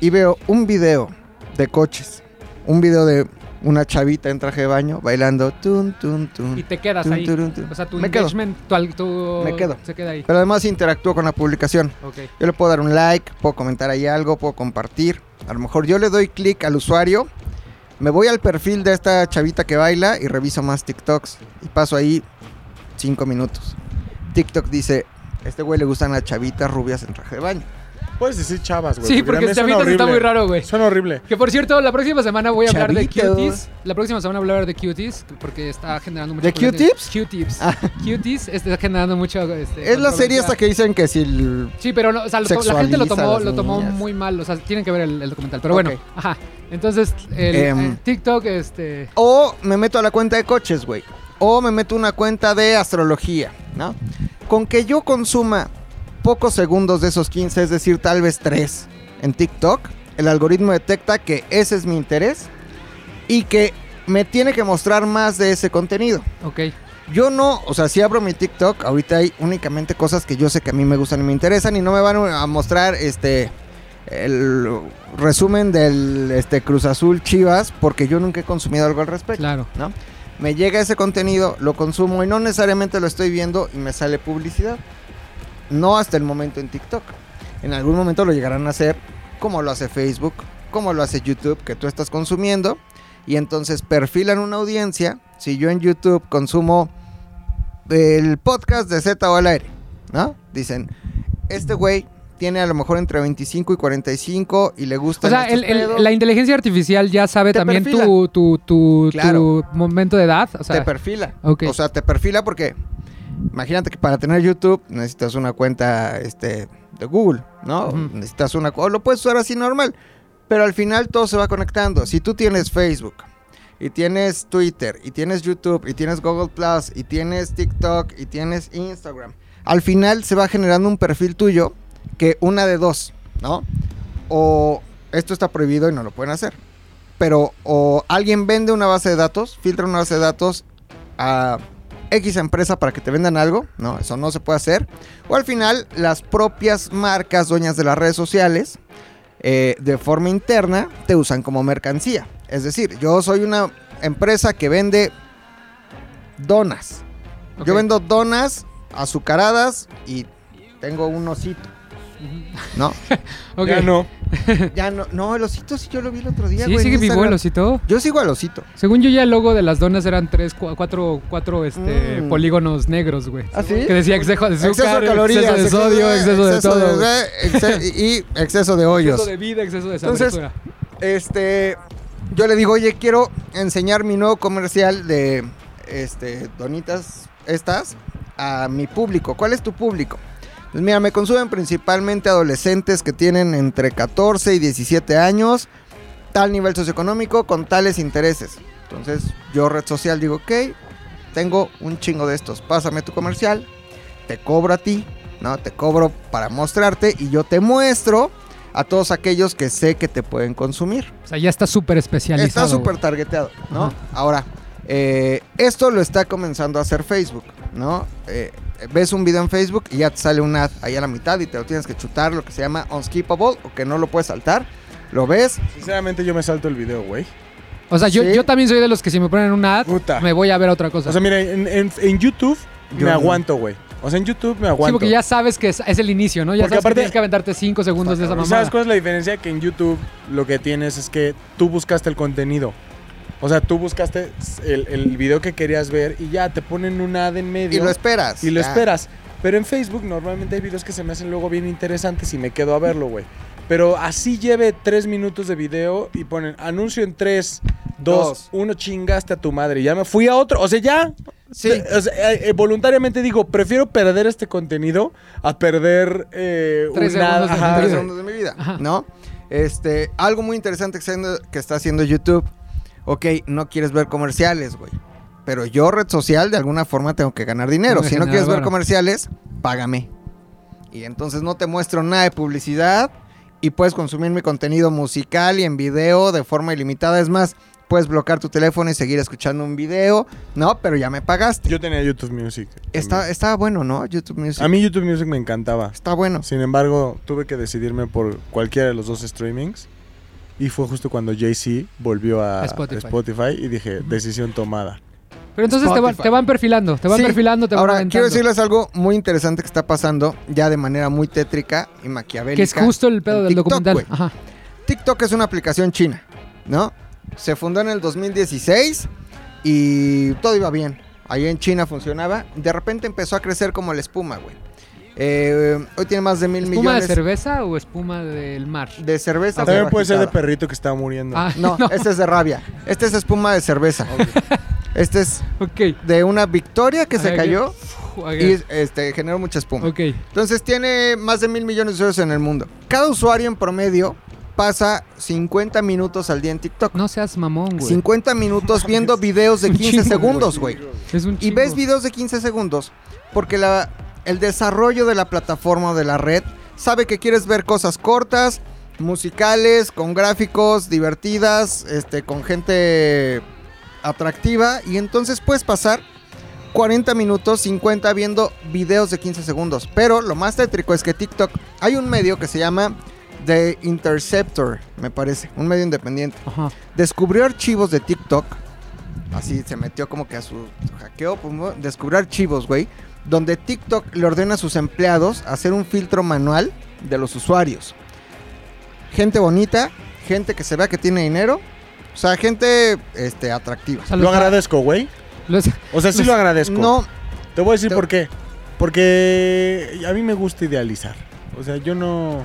Speaker 3: y veo un video de coches, un video de una chavita en traje de baño bailando tun tun tun.
Speaker 1: Y te quedas
Speaker 3: Mm. Tun,
Speaker 1: ahí.
Speaker 3: turun, tun.
Speaker 1: O sea, tu
Speaker 3: Me quedo.
Speaker 1: engagement, tu, al- tu-
Speaker 3: Me quedo. pues,
Speaker 1: Se queda ahí.
Speaker 3: Pero además interactúo con la publicación.
Speaker 1: Ok.
Speaker 3: Yo le puedo dar un like, puedo comentar ahí algo, puedo compartir. A lo mejor yo le doy clic al usuario, me voy al perfil de esta chavita que baila y reviso más TikToks. Y paso ahí 5 minutos. TikTok dice, "A este güey le gustan las chavitas rubias en traje de baño.
Speaker 2: Puedes decir chavas, güey.
Speaker 1: Sí, porque
Speaker 2: también
Speaker 1: este
Speaker 2: suena
Speaker 1: ahorita está
Speaker 2: horrible.
Speaker 1: muy raro, güey.
Speaker 2: Suena horrible.
Speaker 1: Que por cierto, la próxima semana voy a hablar de
Speaker 3: Chavitos.
Speaker 1: cuties. La próxima semana voy a hablar de cuties porque está generando mucho.
Speaker 3: ¿De Q-tips?
Speaker 1: Q-tips.
Speaker 3: Ah.
Speaker 1: Q-tips está generando mucho. este,
Speaker 3: Es la
Speaker 1: controversia.
Speaker 3: serie esta que dicen que si... el-
Speaker 1: Sí, pero no, o sea, lo to- la gente lo
Speaker 3: Sexualiza a
Speaker 1: tomó,
Speaker 3: las
Speaker 1: lo tomó
Speaker 3: niñas.
Speaker 1: muy mal. O sea, tienen que ver el, el documental. Pero
Speaker 3: Ok.
Speaker 1: bueno, ajá. Entonces, el,
Speaker 3: Em.
Speaker 1: eh, TikTok, este.
Speaker 3: O me meto a la cuenta de coches, güey. O me meto a una cuenta de astrología, ¿no? Con que yo consuma pocos segundos de esos 15, es decir, tal vez 3 en TikTok, el algoritmo detecta que ese es mi interés y que me tiene que mostrar más de ese contenido.
Speaker 1: Ok.
Speaker 3: Yo no, o sea, si abro mi TikTok, ahorita hay únicamente cosas que yo sé que a mí me gustan y me interesan y no me van a mostrar este el resumen del este Cruz Azul Chivas porque yo nunca he consumido algo al respecto.
Speaker 1: Claro.
Speaker 3: me llega ese contenido, lo consumo y no necesariamente lo estoy viendo y me sale publicidad. No hasta el momento en TikTok. En algún momento lo llegarán a hacer como lo hace Facebook, como lo hace YouTube, que tú estás consumiendo. Y entonces perfilan una audiencia. Si yo en YouTube consumo el podcast de Z o al aire, ¿no? Dicen, este güey tiene a lo mejor entre 25 y 45 y le gusta... este
Speaker 1: O sea, el- el- la inteligencia artificial ya sabe
Speaker 3: Te
Speaker 1: también
Speaker 3: perfila.
Speaker 1: tu, tu, tu,
Speaker 3: Claro.
Speaker 1: tu momento de edad. O sea,
Speaker 3: te perfila.
Speaker 1: ok.
Speaker 3: O sea, te perfila porque imagínate que para tener YouTube necesitas una cuenta este, de Google, ¿no?
Speaker 1: Ujú.
Speaker 3: Necesitas una... O lo puedes usar así normal. Pero al final todo se va conectando. Si tú tienes Facebook y tienes Twitter y tienes YouTube y tienes Google Plus y tienes TikTok y tienes Instagram, al final se va generando un perfil tuyo que una de dos, ¿no? O esto está prohibido y no lo pueden hacer. Pero o alguien vende una base de datos, filtra una base de datos a X empresa para que te vendan algo, no, eso no se puede hacer. O al final las propias marcas dueñas de las redes sociales eh, de forma interna te usan como mercancía. Es decir, yo soy una empresa que vende donas.
Speaker 1: ok.
Speaker 3: Yo vendo donas azucaradas y tengo un osito.
Speaker 1: [laughs]
Speaker 3: No,
Speaker 1: Ok.
Speaker 2: Ya no.
Speaker 3: ya no, no, el osito sí yo lo vi el otro día.
Speaker 1: Sí,
Speaker 3: güey, en
Speaker 1: sigue vivo
Speaker 3: Instagram.
Speaker 1: el osito.
Speaker 3: Yo sigo al osito.
Speaker 1: Según yo ya el logo de las donas eran tres, cua- cuatro, cuatro este,
Speaker 3: Mm.
Speaker 1: polígonos negros, güey.
Speaker 3: ¿Ah, sí?
Speaker 1: Que decía exceso de azúcar,
Speaker 3: Exceso de calorías,
Speaker 1: exceso de sodio, exceso, de todo. güey.
Speaker 3: exceso de- y exceso de hoyos.
Speaker 1: Exceso de vida, exceso de
Speaker 3: Entonces,
Speaker 1: sabrosura.
Speaker 3: Este, yo le digo, oye, quiero enseñar mi nuevo comercial de, este, donitas estas a mi público. ¿Cuál es tu público? Pues mira, me consumen principalmente adolescentes que tienen entre 14 y 17 años, tal nivel socioeconómico, con tales intereses. Entonces, yo red social digo, ok, tengo un chingo de estos, pásame tu comercial, te cobro a ti, ¿no? Te cobro para mostrarte y yo te muestro a todos aquellos que sé que te pueden consumir.
Speaker 1: o sea, ya está súper especializado.
Speaker 3: Está súper
Speaker 1: güey.
Speaker 3: targeteado, ¿no?
Speaker 1: Ajá.
Speaker 3: Ahora, eh, esto lo está comenzando a hacer Facebook, ¿no? Eh, ves un video en Facebook y ya te sale una ad ahí a la mitad y te lo tienes que chutar, lo que se llama unskippable, o que no lo puedes saltar. Lo ves,
Speaker 2: Sinceramente yo me salto el video, güey.
Speaker 1: O sea, yo,
Speaker 3: Sí.
Speaker 1: yo también soy de los que si me ponen una ad,
Speaker 2: Puta.
Speaker 1: me voy a ver otra cosa.
Speaker 2: O sea, mira, en, en- en YouTube
Speaker 3: Yo
Speaker 2: me
Speaker 3: no.
Speaker 2: aguanto, güey. O sea, en YouTube me
Speaker 1: sí,
Speaker 2: aguanto.
Speaker 1: porque ya sabes que es, es el inicio, ¿no? Ya
Speaker 2: Porque
Speaker 1: sabes
Speaker 2: aparte-
Speaker 1: que tienes que aventarte cinco segundos de esa
Speaker 2: ¿Y
Speaker 1: mamada.
Speaker 2: ¿Sabes cuál es la diferencia? Que en YouTube lo que tienes es que tú buscaste el contenido. O sea, tú buscaste el, el video que querías ver y ya te ponen una ad en
Speaker 3: y
Speaker 2: medio
Speaker 3: lo esperas.
Speaker 2: y lo
Speaker 3: ya.
Speaker 2: esperas. Pero en Facebook normalmente hay videos que se me hacen luego bien interesantes y me quedo a verlo, güey. Pero así lleve tres minutos de video y ponen anuncio en tres, dos,
Speaker 3: Dos.
Speaker 2: uno, chingaste a tu madre. Ya me fui a otro. O sea, ya.
Speaker 3: Sí.
Speaker 2: O sea, eh, eh, voluntariamente digo, prefiero perder este contenido a perder eh,
Speaker 1: Tres
Speaker 2: una-
Speaker 1: segundos de video.
Speaker 2: ajá,
Speaker 3: tres
Speaker 2: güey.
Speaker 3: segundos de mi vida,
Speaker 1: Ajá.
Speaker 3: ¿no? Este, algo muy interesante que, está haciendo- que está haciendo YouTube. Ok, no quieres ver comerciales, güey. Pero yo, red social, de alguna forma tengo que ganar dinero.
Speaker 1: Tengo que
Speaker 3: Si no
Speaker 1: generar
Speaker 3: quieres ver
Speaker 1: varo.
Speaker 3: comerciales, págame. Y entonces no te muestro nada de publicidad y puedes consumir mi contenido musical y en video de forma ilimitada. Es más, puedes bloquear tu teléfono y seguir escuchando un video, ¿no? Pero ya me pagaste.
Speaker 2: Yo tenía YouTube Music.
Speaker 3: Está, eh,
Speaker 2: también.
Speaker 3: estaba bueno, ¿no? YouTube Music.
Speaker 2: A mí YouTube Music me encantaba.
Speaker 3: Está bueno.
Speaker 2: Sin embargo, tuve que decidirme por cualquiera de los dos streamings. Y fue justo cuando Jay-Z volvió a
Speaker 1: A Spotify.
Speaker 2: Spotify. y dije, decisión tomada.
Speaker 1: Pero entonces te van,
Speaker 3: Spotify.
Speaker 1: te van perfilando, te van
Speaker 3: Sí.
Speaker 1: perfilando, te van
Speaker 3: Ahora,
Speaker 1: aventando.
Speaker 3: quiero decirles algo muy interesante que está pasando, ya de manera muy tétrica y maquiavélica.
Speaker 1: Que es justo el pedo
Speaker 3: en
Speaker 1: del
Speaker 3: TikTok,
Speaker 1: documental.
Speaker 3: güey.
Speaker 1: Ajá.
Speaker 3: TikTok es una aplicación china, ¿no? Se fundó en el 2016 y todo iba bien. Ahí en China funcionaba. De repente empezó a crecer como la espuma, güey. Eh, hoy tiene más de mil
Speaker 1: ¿Espuma
Speaker 3: millones
Speaker 1: de cerveza o espuma del mar?
Speaker 3: de cerveza.
Speaker 2: Ah, También puede ser de
Speaker 3: rebajitada.
Speaker 2: perrito que estaba muriendo.
Speaker 1: Ah, [laughs]
Speaker 3: No, este es de rabia. Este es espuma de cerveza. Este es
Speaker 1: ok.
Speaker 3: de una victoria que se
Speaker 1: Ajá,
Speaker 3: cayó
Speaker 1: Uf, ok.
Speaker 3: y este, generó mucha espuma.
Speaker 1: Ok.
Speaker 3: Entonces tiene más de mil millones de usuarios en el mundo. Cada usuario en promedio pasa 50 minutos al día en TikTok.
Speaker 1: No seas mamón, güey. [laughs]
Speaker 3: 50 minutos viendo videos de
Speaker 1: Un
Speaker 3: 15
Speaker 1: chingo,
Speaker 3: segundos, güey.
Speaker 1: Es un
Speaker 3: Y
Speaker 1: chingo.
Speaker 3: ves videos de 15 segundos porque la- el desarrollo de la plataforma o de la red sabe que quieres ver cosas cortas, musicales, con gráficos, divertidas, este, con gente atractiva. Y entonces puedes pasar 40 minutos, 50 viendo videos de 15 segundos. Pero lo más tétrico es que TikTok, hay un medio que se llama The Interceptor, me parece, un medio independiente
Speaker 1: Ajá.
Speaker 3: descubrió archivos de TikTok así se metió como que a su, su hackeo, pum, pum, descubrió archivos, güey, donde TikTok le ordena a sus empleados hacer un filtro manual de los usuarios. Gente bonita, gente que se vea que tiene dinero, o sea, gente este, atractiva.
Speaker 1: O sea,
Speaker 2: Lo
Speaker 1: los-
Speaker 2: agradezco, güey.
Speaker 1: los-
Speaker 2: O sea, sí
Speaker 1: Los-
Speaker 2: lo agradezco.
Speaker 3: No,
Speaker 2: Te voy a decir
Speaker 3: Te-
Speaker 2: por qué. Porque a mí me gusta idealizar. O sea, yo no.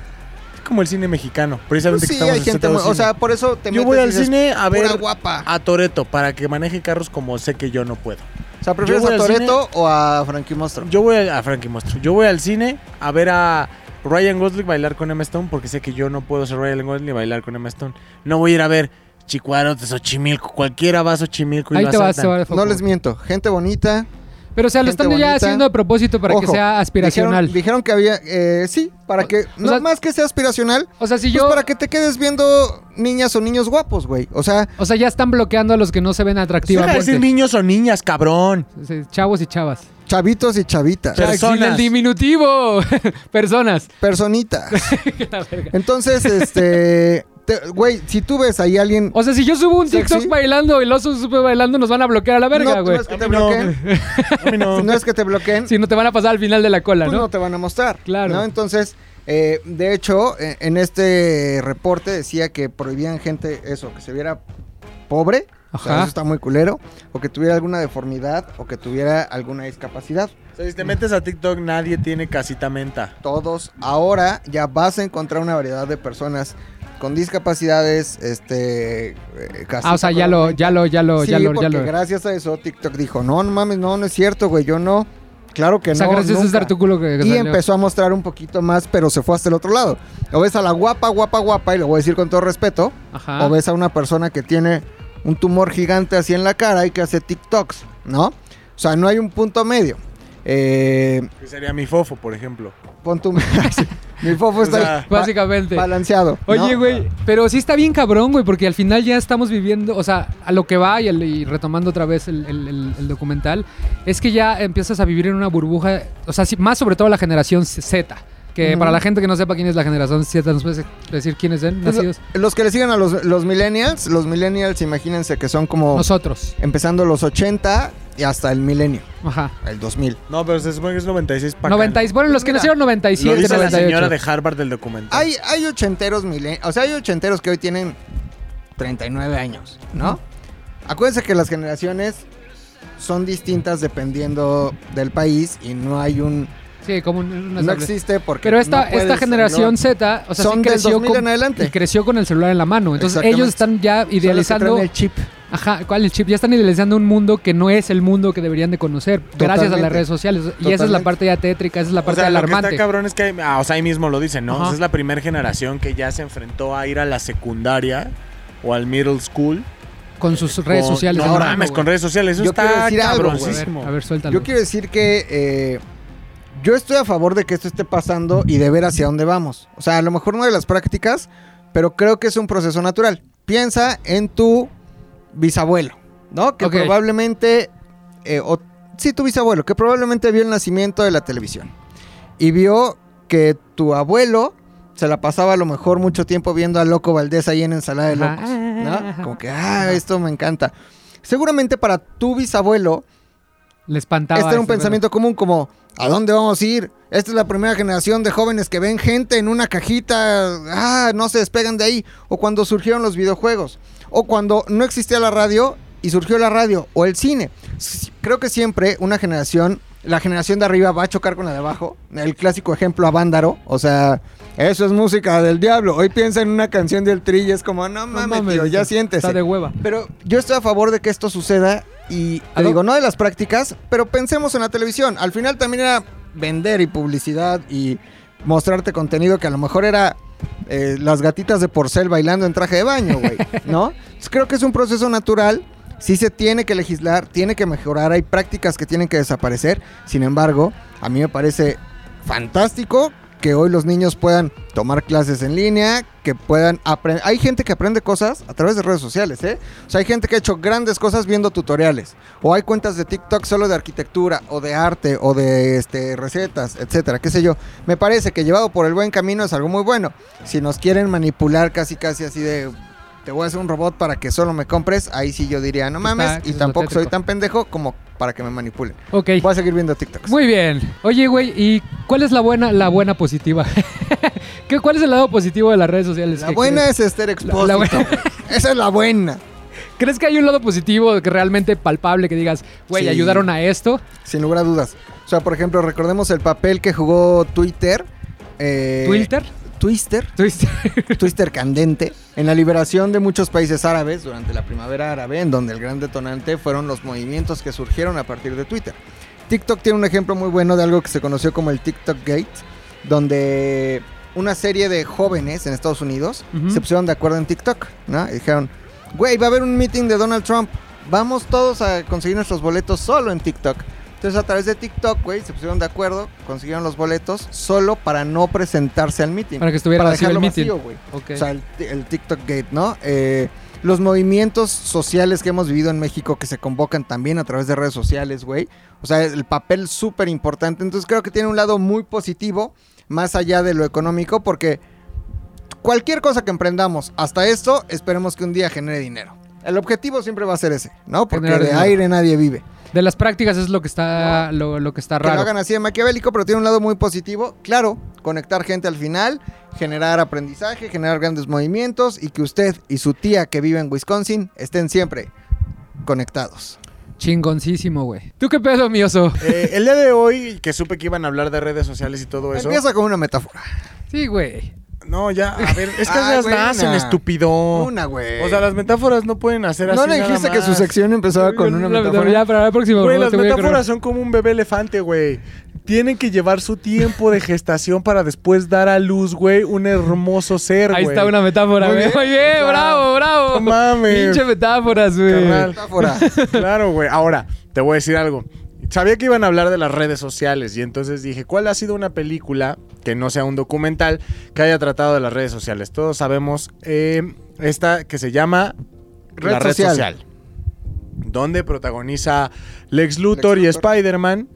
Speaker 2: Es como el cine mexicano. Precisamente
Speaker 3: pues sí,
Speaker 2: que estamos
Speaker 3: hay gente,
Speaker 2: sentados
Speaker 3: muy- o
Speaker 2: cine.
Speaker 3: sea, por eso te
Speaker 2: yo
Speaker 3: metes
Speaker 2: voy
Speaker 3: y
Speaker 2: al
Speaker 3: dices,
Speaker 2: cine a ver
Speaker 3: "Pura guapa.
Speaker 2: a Toreto para que maneje carros como sé que yo no puedo.
Speaker 3: O sea, ¿prefieres
Speaker 2: Yo voy
Speaker 3: a
Speaker 2: al
Speaker 3: Toreto o a Frankie Monstro?
Speaker 2: Yo voy a, a Frankie Monstruo. Yo voy al cine a ver a Ryan Gosling bailar con Emma Stone porque sé que yo no puedo ser Ryan Gosling y bailar con Emma Stone. No voy a ir a ver Chicuaros de Xochimilco. Cualquiera va a Xochimilco y
Speaker 1: Ahí
Speaker 2: lo
Speaker 1: te vas,
Speaker 2: asaltan.
Speaker 1: te va de foco.
Speaker 3: No les miento, gente bonita.
Speaker 1: Pero o sea, lo
Speaker 3: gente
Speaker 1: están ya
Speaker 3: bonita.
Speaker 1: haciendo a propósito para que
Speaker 3: Ojo,
Speaker 1: sea aspiracional.
Speaker 3: Dijeron, dijeron que había, eh, sí, para que, no
Speaker 1: sea-
Speaker 3: más que sea aspiracional,
Speaker 1: o sea, si
Speaker 3: pues
Speaker 1: yo
Speaker 3: para que te quedes viendo niñas o niños guapos, güey. O sea,
Speaker 1: o sea, ya están bloqueando a los que no se ven
Speaker 2: Pues Deja de
Speaker 1: atractivamente.
Speaker 2: decir niños o niñas, cabrón.
Speaker 1: Sí, Chavos y chavas.
Speaker 3: chavitos y chavitas,
Speaker 2: Pero- Personas.
Speaker 1: Sin el diminutivo. [laughs] Personas.
Speaker 3: personitas.
Speaker 1: [laughs] La verga.
Speaker 3: Entonces, este, te- güey, si tú ves ahí a alguien...
Speaker 1: O sea, si yo subo un
Speaker 3: ¿Sexy?
Speaker 1: TikTok bailando y los supe bailando, nos van a bloquear a la verga,
Speaker 3: no, pues,
Speaker 1: güey.
Speaker 3: no es que
Speaker 2: A
Speaker 3: te
Speaker 2: mí no.
Speaker 3: bloqueen,
Speaker 2: [laughs] A mí no.
Speaker 3: no es que
Speaker 1: [laughs]
Speaker 3: te bloqueen,
Speaker 1: Si no te van a pasar al final de la cola,
Speaker 3: pues
Speaker 1: ¿no?
Speaker 3: no te van a mostrar.
Speaker 1: Claro.
Speaker 3: ¿no? Entonces, eh, de hecho, eh, en este reporte decía que prohibían gente eso, que se viera pobre, o sea,
Speaker 1: Ajá.
Speaker 3: eso está muy culero, o que tuviera alguna deformidad, o que tuviera alguna discapacidad.
Speaker 2: O sea, si te metes a TikTok, nadie tiene casita menta.
Speaker 3: Todos ahora ya vas a encontrar una variedad de personas con discapacidades, este, eh, casita
Speaker 1: Ah, o sea, ya lo, ya lo, ya lo,
Speaker 3: Sí,
Speaker 1: ya lo,
Speaker 3: porque
Speaker 1: ya lo.
Speaker 3: gracias a eso TikTok dijo, no, no mames, no, no es cierto, güey, yo no. Claro que
Speaker 1: O sea,
Speaker 3: no.
Speaker 1: gracias a ese
Speaker 3: nunca".
Speaker 1: artículo que, que
Speaker 3: Y
Speaker 1: salió.
Speaker 3: empezó a mostrar un poquito más, pero se fue hasta el otro lado. O ves a la guapa, guapa, guapa, y lo voy a decir con todo respeto.
Speaker 1: Ajá.
Speaker 3: O ves a una persona que tiene un tumor gigante así en la cara y que hace TikToks, ¿no? O sea, no hay un punto medio. Eh,
Speaker 2: Que sería mi fofo, por ejemplo.
Speaker 3: pon tu... [laughs] Mi fofo
Speaker 2: O
Speaker 3: está
Speaker 2: sea,
Speaker 3: ba-
Speaker 1: Básicamente.
Speaker 3: balanceado. ¿no?
Speaker 1: Oye, güey, pero sí está bien cabrón, güey, porque al final ya estamos viviendo, o sea, a lo que va y, el- y retomando otra vez el, el- el- el documental, es que ya empiezas a vivir en una burbuja, o sea, sí, más sobre todo la generación Z, que
Speaker 3: Ujú.
Speaker 1: para la gente que no sepa quién es la generación Z, ¿nos puedes decir quiénes son
Speaker 3: Pues lo-
Speaker 1: nacidos?
Speaker 3: los que le siguen a los, los millennials, los millennials imagínense que son como
Speaker 1: Nosotros.
Speaker 3: empezando los 80 y hasta el milenio,
Speaker 1: Ajá.
Speaker 3: el 2000.
Speaker 2: No, pero se supone que es 96 para
Speaker 1: 90, y- bueno, los que
Speaker 3: Mira,
Speaker 1: nacieron
Speaker 2: Lo
Speaker 1: 97,
Speaker 2: dice la
Speaker 1: 98.
Speaker 2: señora de Harvard del documental.
Speaker 3: Hay, hay ochenteros milen- o sea, hay ochenteros que hoy tienen 39 años, ¿no? Acuérdense que las generaciones son distintas dependiendo del país y no hay un...
Speaker 1: Sí, como un- una
Speaker 3: no
Speaker 1: sable.
Speaker 3: existe porque...
Speaker 1: Pero esta,
Speaker 3: no puedes-
Speaker 1: esta generación
Speaker 3: no-
Speaker 1: Z, o sea, sí
Speaker 3: son del
Speaker 1: creció
Speaker 3: 2000
Speaker 1: con,
Speaker 3: en adelante.
Speaker 1: y creció con el celular en la mano. Entonces ellos
Speaker 3: Exactamente.
Speaker 1: están ya
Speaker 3: son los que traen
Speaker 1: idealizando
Speaker 3: el chip.
Speaker 1: Ajá, ¿cuál el chip? Ya están idealizando un mundo que no es el mundo que deberían de conocer, gracias a
Speaker 3: Totalmente.
Speaker 1: las redes sociales. Y esa es la
Speaker 3: Totalmente.
Speaker 1: parte ya tétrica, esa es la parte
Speaker 2: o sea, lo que
Speaker 1: alarmante.
Speaker 2: está cabrón es que, hay- ah, o sea, ahí mismo lo dicen, ¿no? O sea,
Speaker 1: Ajá.
Speaker 2: es la primera generación que ya se enfrentó a ir a la secundaria o al middle school.
Speaker 1: con sus redes
Speaker 2: con-
Speaker 1: sociales.
Speaker 2: No,
Speaker 1: en la mano,
Speaker 2: mames,
Speaker 1: güey.
Speaker 2: con redes sociales. Eso
Speaker 3: Yo quiero
Speaker 2: está
Speaker 3: decir algo, güey.
Speaker 1: a, ver,
Speaker 2: cabroncísimo.
Speaker 1: a ver, suéltalo.
Speaker 3: Yo quiero decir que eh, yo estoy a favor de que esto esté pasando y de ver hacia dónde vamos. O sea, a lo mejor no de las prácticas, pero creo que es un proceso natural. Piensa en tu bisabuelo, ¿no? Que
Speaker 1: Ok.
Speaker 3: probablemente, eh, o- sí, tu bisabuelo, que probablemente vio el nacimiento de la televisión y vio que tu abuelo se la pasaba a lo mejor mucho tiempo viendo a Loco Valdés ahí en Ensalada de
Speaker 1: Ajá.
Speaker 3: Locos, ¿no? Como que, ah,
Speaker 1: Ajá.
Speaker 3: esto me encanta. Seguramente para tu bisabuelo
Speaker 1: Le espantaba.
Speaker 3: este era un
Speaker 1: ese pedo.
Speaker 3: pensamiento común como, ¿a dónde vamos a ir? Esta es la primera generación de jóvenes que ven gente en una cajita, ah, no se despegan de ahí. O cuando surgieron los videojuegos. O cuando no existía la radio y surgió la radio o el cine. S- Creo que siempre una generación, la generación de arriba va a chocar con la de abajo. El clásico ejemplo Avándaro, o sea, eso es música del diablo. Hoy piensa en una canción del tri y es como, no
Speaker 1: No
Speaker 3: mames, tío, ya siéntese.
Speaker 1: Está de hueva.
Speaker 3: Pero yo estoy a favor de que esto suceda y te
Speaker 1: ¿A dó-
Speaker 3: digo, no de las prácticas, pero pensemos en la televisión. Al final también era vender y publicidad y mostrarte contenido que a lo mejor era eh, las gatitas de porcel bailando en traje de baño, güey, ¿no? Entonces, creo que es un proceso natural. Sí se tiene que legislar, tiene que mejorar, hay prácticas que tienen que desaparecer. Sin embargo, a mí me parece fantástico que hoy los niños puedan tomar clases en línea, que puedan aprender. Hay gente que aprende cosas a través de redes sociales, ¿eh? O sea, hay gente que ha hecho grandes cosas viendo tutoriales. O hay cuentas de TikTok solo de arquitectura, o de arte, o de este, recetas, etcétera, qué sé yo. Me parece que llevado por el buen camino es algo muy bueno. Si nos quieren manipular casi, casi así de te voy a hacer un robot para que solo me compres, ahí sí yo diría, no mames,
Speaker 1: Está-
Speaker 3: y
Speaker 1: eso es
Speaker 3: tampoco soy
Speaker 1: patético.
Speaker 3: tan pendejo como para que me manipulen.
Speaker 1: Ok.
Speaker 3: Voy a seguir viendo TikToks.
Speaker 1: Muy bien. Oye, güey, ¿y cuál es la buena, la buena positiva? [laughs] ¿Qué, ¿Cuál es el lado positivo de las redes sociales?
Speaker 3: la
Speaker 1: ¿Qué
Speaker 3: buena
Speaker 1: crees?
Speaker 3: es Esther
Speaker 1: La- la
Speaker 3: Expósito.
Speaker 1: buena-
Speaker 3: Esa es la buena,
Speaker 1: ¿Crees que hay un lado positivo que realmente palpable que digas, güey,
Speaker 3: Sí.
Speaker 1: ayudaron a esto?
Speaker 3: sin lugar a dudas. O sea, por ejemplo, recordemos el papel que jugó Twitter. eh,
Speaker 1: ¿Twitter?
Speaker 3: Twister.
Speaker 1: ¿Twitter?
Speaker 3: Twister candente en la liberación de muchos países árabes durante la primavera árabe, en donde el gran detonante fueron los movimientos que surgieron a partir de Twitter. TikTok tiene un ejemplo muy bueno de algo que se conoció como el TikTok Gate, donde una serie de jóvenes en Estados Unidos
Speaker 1: Ujú.
Speaker 3: se pusieron de acuerdo en TikTok, ¿no? Y dijeron, güey, va a haber un meeting de Donald Trump, vamos todos a conseguir nuestros boletos solo en TikTok. Entonces a través de TikTok, güey, se pusieron de acuerdo, consiguieron los boletos solo para no presentarse al
Speaker 1: [laughs]
Speaker 3: meeting.
Speaker 1: Para que estuviera
Speaker 3: para
Speaker 1: vacío el
Speaker 3: dejarlo
Speaker 1: meeting.
Speaker 3: vacío, güey.
Speaker 1: Ok.
Speaker 3: O sea, el, el TikTok Gate, ¿no? Eh, los movimientos sociales que hemos vivido en México que se convocan también a través de redes sociales, güey. O sea, el papel súper importante. Entonces creo que tiene un lado muy positivo, más allá de lo económico, porque cualquier cosa que emprendamos hasta esto, esperemos que un día genere dinero. El objetivo siempre va a ser ese, ¿no? Porque
Speaker 1: Generar
Speaker 3: de
Speaker 1: dinero.
Speaker 3: aire nadie vive.
Speaker 1: de las prácticas es lo que está, lo, lo que está
Speaker 3: Que lo
Speaker 1: raro.
Speaker 3: hagan así de maquiavélico, pero tiene un lado muy positivo. Claro, conectar gente al final, generar aprendizaje, generar grandes movimientos y que usted y su tía que vive en Wisconsin estén siempre conectados.
Speaker 1: Chingoncísimo, güey. ¿Tú qué pedo, mi oso?
Speaker 2: Eh, el día de hoy, que supe que iban a hablar de redes sociales y todo Pues eso.
Speaker 3: Empieza con una metáfora.
Speaker 1: Sí, güey.
Speaker 2: No, ya, a ver, es que
Speaker 3: Ay,
Speaker 2: las
Speaker 3: buena.
Speaker 2: nacen, estúpido.
Speaker 3: Una, güey.
Speaker 2: O sea, las metáforas no pueden hacer así.
Speaker 3: ¿No le
Speaker 2: nada
Speaker 3: dijiste que
Speaker 2: más.
Speaker 3: su sección empezaba con una metáfora?
Speaker 1: Ya, para la próxima, por
Speaker 2: Güey,
Speaker 1: favor,
Speaker 2: las
Speaker 1: te voy a correr.
Speaker 2: metáforas son como un bebé elefante, güey. Tienen que llevar su tiempo de gestación para después dar a luz, güey, un hermoso ser, güey.
Speaker 1: Ahí está una metáfora,
Speaker 2: Muy
Speaker 1: güey.
Speaker 2: bien.
Speaker 1: Muy bien,
Speaker 2: O sea,
Speaker 1: bravo, bravo.
Speaker 3: [laughs]
Speaker 2: no mames.
Speaker 1: Pinche metáforas, güey.
Speaker 2: Carnal. [laughs]
Speaker 3: Metáfora.
Speaker 2: Claro, güey. Ahora, te voy a decir algo. Sabía que iban a hablar de las redes sociales y entonces dije, ¿cuál ha sido una película que no sea un documental que haya tratado de las redes sociales? Todos sabemos eh, esta que se llama
Speaker 3: Red
Speaker 2: La Red
Speaker 3: Social.
Speaker 2: Social, donde protagoniza Lex Luthor, y
Speaker 3: Lex Luthor.
Speaker 2: Spider-Man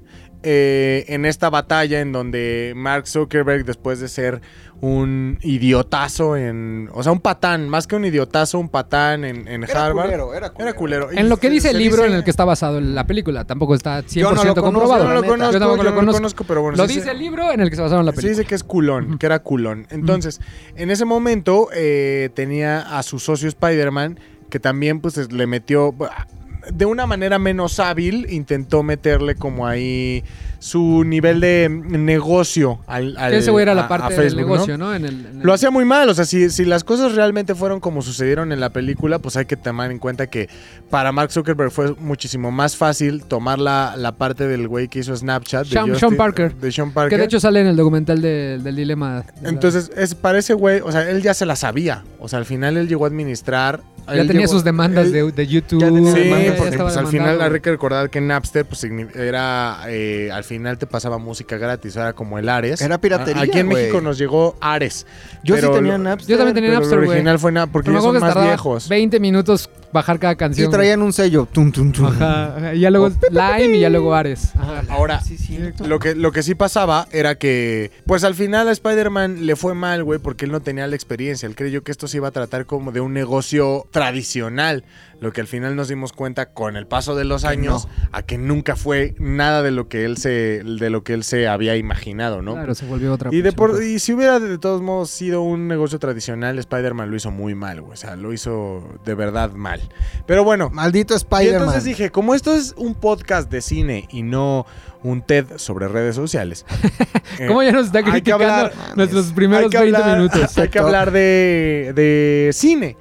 Speaker 2: eh, en esta batalla en donde Mark Zuckerberg, después de ser un idiotazo en... O sea, un patán, más que un idiotazo, un patán en, en
Speaker 3: Era
Speaker 2: Harvard.
Speaker 3: culero, era culero.
Speaker 2: Era culero.
Speaker 1: En lo que
Speaker 2: Y
Speaker 1: dice
Speaker 2: se
Speaker 1: el libro en
Speaker 2: dice-
Speaker 1: el que está basado la película, tampoco está 100%
Speaker 3: no lo conozco,
Speaker 1: comprobado.
Speaker 2: yo no
Speaker 3: la
Speaker 2: lo
Speaker 3: neta.
Speaker 2: conozco,
Speaker 1: Yo
Speaker 2: yo
Speaker 1: tampoco lo
Speaker 2: no lo
Speaker 1: conozco.
Speaker 2: conozco, pero bueno.
Speaker 1: lo
Speaker 2: sí
Speaker 1: dice
Speaker 2: sé-
Speaker 1: el libro en el que se basaron la
Speaker 2: Sí
Speaker 1: película.
Speaker 2: dice que es culón, que era culón. Entonces, en ese momento eh, tenía a su socio Spider-Man, que también pues es- le metió, bah, de una manera menos hábil, intentó meterle como ahí su nivel de mm, negocio al, al-
Speaker 1: Que ese güey era
Speaker 2: a-
Speaker 1: la
Speaker 2: a
Speaker 1: parte del
Speaker 2: Facebook, ¿no?
Speaker 1: negocio, ¿no? En el, en el-
Speaker 2: Lo hacía muy mal, o sea, si, si las cosas realmente fueron como sucedieron en la película, pues hay que tomar en cuenta que para Mark Zuckerberg fue muchísimo más fácil tomar la, la parte del güey que hizo Snapchat.
Speaker 1: Sean- Sean Parker.
Speaker 2: De Sean Parker.
Speaker 1: Que de hecho sale en el documental de- del dilema. de la-
Speaker 2: Entonces, es, para ese güey, o sea, él ya se la sabía. O sea, al final él llegó a administrar.
Speaker 1: ya
Speaker 2: él
Speaker 1: tenía
Speaker 2: llegó-
Speaker 1: sus demandas
Speaker 2: él-
Speaker 1: de, de YouTube.
Speaker 3: ya tenía
Speaker 2: Sí,
Speaker 3: demandas,
Speaker 1: ya
Speaker 2: porque
Speaker 1: estaba
Speaker 2: pues, al
Speaker 1: demandado.
Speaker 2: final hay que recordar que Napster pues, signi- era, eh, al final te pasaba música gratis, era como el Ares.
Speaker 3: Era piratería,
Speaker 2: A- Aquí en
Speaker 3: güey.
Speaker 2: México nos llegó Ares.
Speaker 3: Yo sí
Speaker 2: pero
Speaker 3: tenía
Speaker 2: lo-
Speaker 3: Napster.
Speaker 1: Yo también tenía
Speaker 2: pero
Speaker 1: Napster,
Speaker 2: El
Speaker 1: güey.
Speaker 2: original fue nada, porque
Speaker 1: Pero me
Speaker 2: ya
Speaker 1: acuerdo
Speaker 2: son
Speaker 1: que
Speaker 2: más
Speaker 1: tardaba
Speaker 2: viejos.
Speaker 1: 20 minutos bajar cada
Speaker 3: Y
Speaker 1: canción.
Speaker 3: traían un sello. Tum, tum, tum.
Speaker 1: güey. Ajá, ajá, y ya
Speaker 2: [laughs]
Speaker 1: luego Lime y ya luego Ares. Ah, Ajá.
Speaker 2: Ahora, lo que, lo que sí pasaba era que, pues al final a Spider-Man le fue mal, güey, porque él no tenía la experiencia. Él creyó que esto se iba a tratar como de un negocio tradicional. Lo que al final nos dimos cuenta con el paso de los años a que nunca fue nada de lo que él se, de lo que él se había imaginado, ¿no?
Speaker 1: Claro, pues se volvió otra
Speaker 2: Y, de por-
Speaker 1: cosa.
Speaker 2: y si hubiera de todos modos sido un negocio tradicional, Spider-Man lo hizo muy mal, güey. O sea, lo hizo de verdad mal. Pero bueno,
Speaker 3: Maldito
Speaker 2: y
Speaker 3: Spider-Man.
Speaker 2: entonces dije, como esto es un podcast de cine y no un TED sobre
Speaker 1: [laughs]
Speaker 2: redes sociales. eh,
Speaker 1: ¿Cómo ya nos está
Speaker 2: hay que
Speaker 1: criticando
Speaker 2: hablar-
Speaker 1: nuestros primeros
Speaker 2: hay que
Speaker 1: 20
Speaker 2: hablar-
Speaker 1: minutos?
Speaker 2: [laughs] Hay que hablar de, de cine.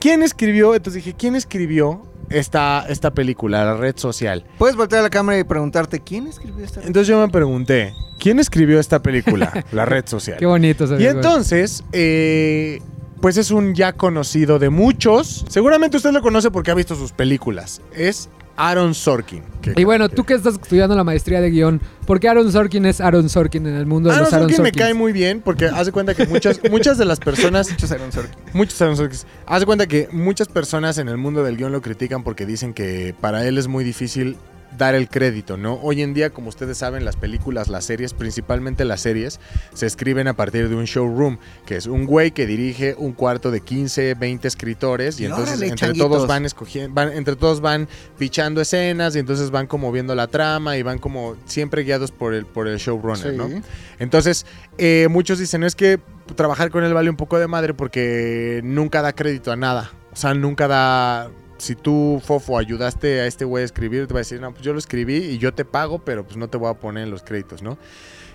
Speaker 2: ¿Quién escribió? Entonces dije, ¿quién escribió esta, esta película, la red social?
Speaker 3: Puedes voltear a la cámara y preguntarte, ¿quién escribió [laughs] esta?
Speaker 2: Entonces yo me pregunté, ¿quién escribió esta
Speaker 1: [laughs]
Speaker 2: película, la red social?
Speaker 1: Qué bonito. se
Speaker 2: Y
Speaker 1: ve, güey.
Speaker 2: entonces, eh, pues es un ya conocido de muchos. Seguramente usted lo conoce porque ha visto sus películas. Es Aaron Sorkin. Que-
Speaker 1: Y bueno, tú que estás estudiando la maestría de guión, ¿por qué Aaron Sorkin es Aaron Sorkin en el mundo de
Speaker 2: Aaron
Speaker 1: los Aaron
Speaker 2: Ah, Sorkin
Speaker 1: Sorkin?
Speaker 2: me cae muy bien porque hace cuenta que muchas, muchas de las personas,
Speaker 3: Muchos eran Sorkin.
Speaker 2: muchos Aaron Sorkins, hace cuenta que muchas personas en el mundo del guión lo critican porque dicen que para él es muy difícil dar el crédito, ¿no? Hoy en día, como ustedes saben, las películas, las series, principalmente las series, se escriben a partir de un showroom, que es un güey que dirige un cuarto de 15, 20 escritores y,
Speaker 3: Y
Speaker 2: entonces
Speaker 3: órale,
Speaker 2: entre
Speaker 3: changuitos.
Speaker 2: todos van escogiendo, van, entre todos van pichando escenas y entonces van como viendo la trama y van como siempre guiados por el, por el showrunner,
Speaker 3: Sí.
Speaker 2: ¿no? Entonces, eh, muchos dicen, es que trabajar con él vale un poco de madre porque nunca da crédito a nada. O sea, nunca da... Si tú, Fofo, ayudaste a este güey a escribir, te va a decir, no, pues yo lo escribí y yo te pago, pero pues no te voy a poner en los créditos, ¿no?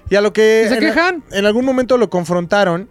Speaker 2: Y a lo que...
Speaker 1: ¿Y se
Speaker 2: en-
Speaker 1: quejan?
Speaker 2: En, algún momento lo confrontaron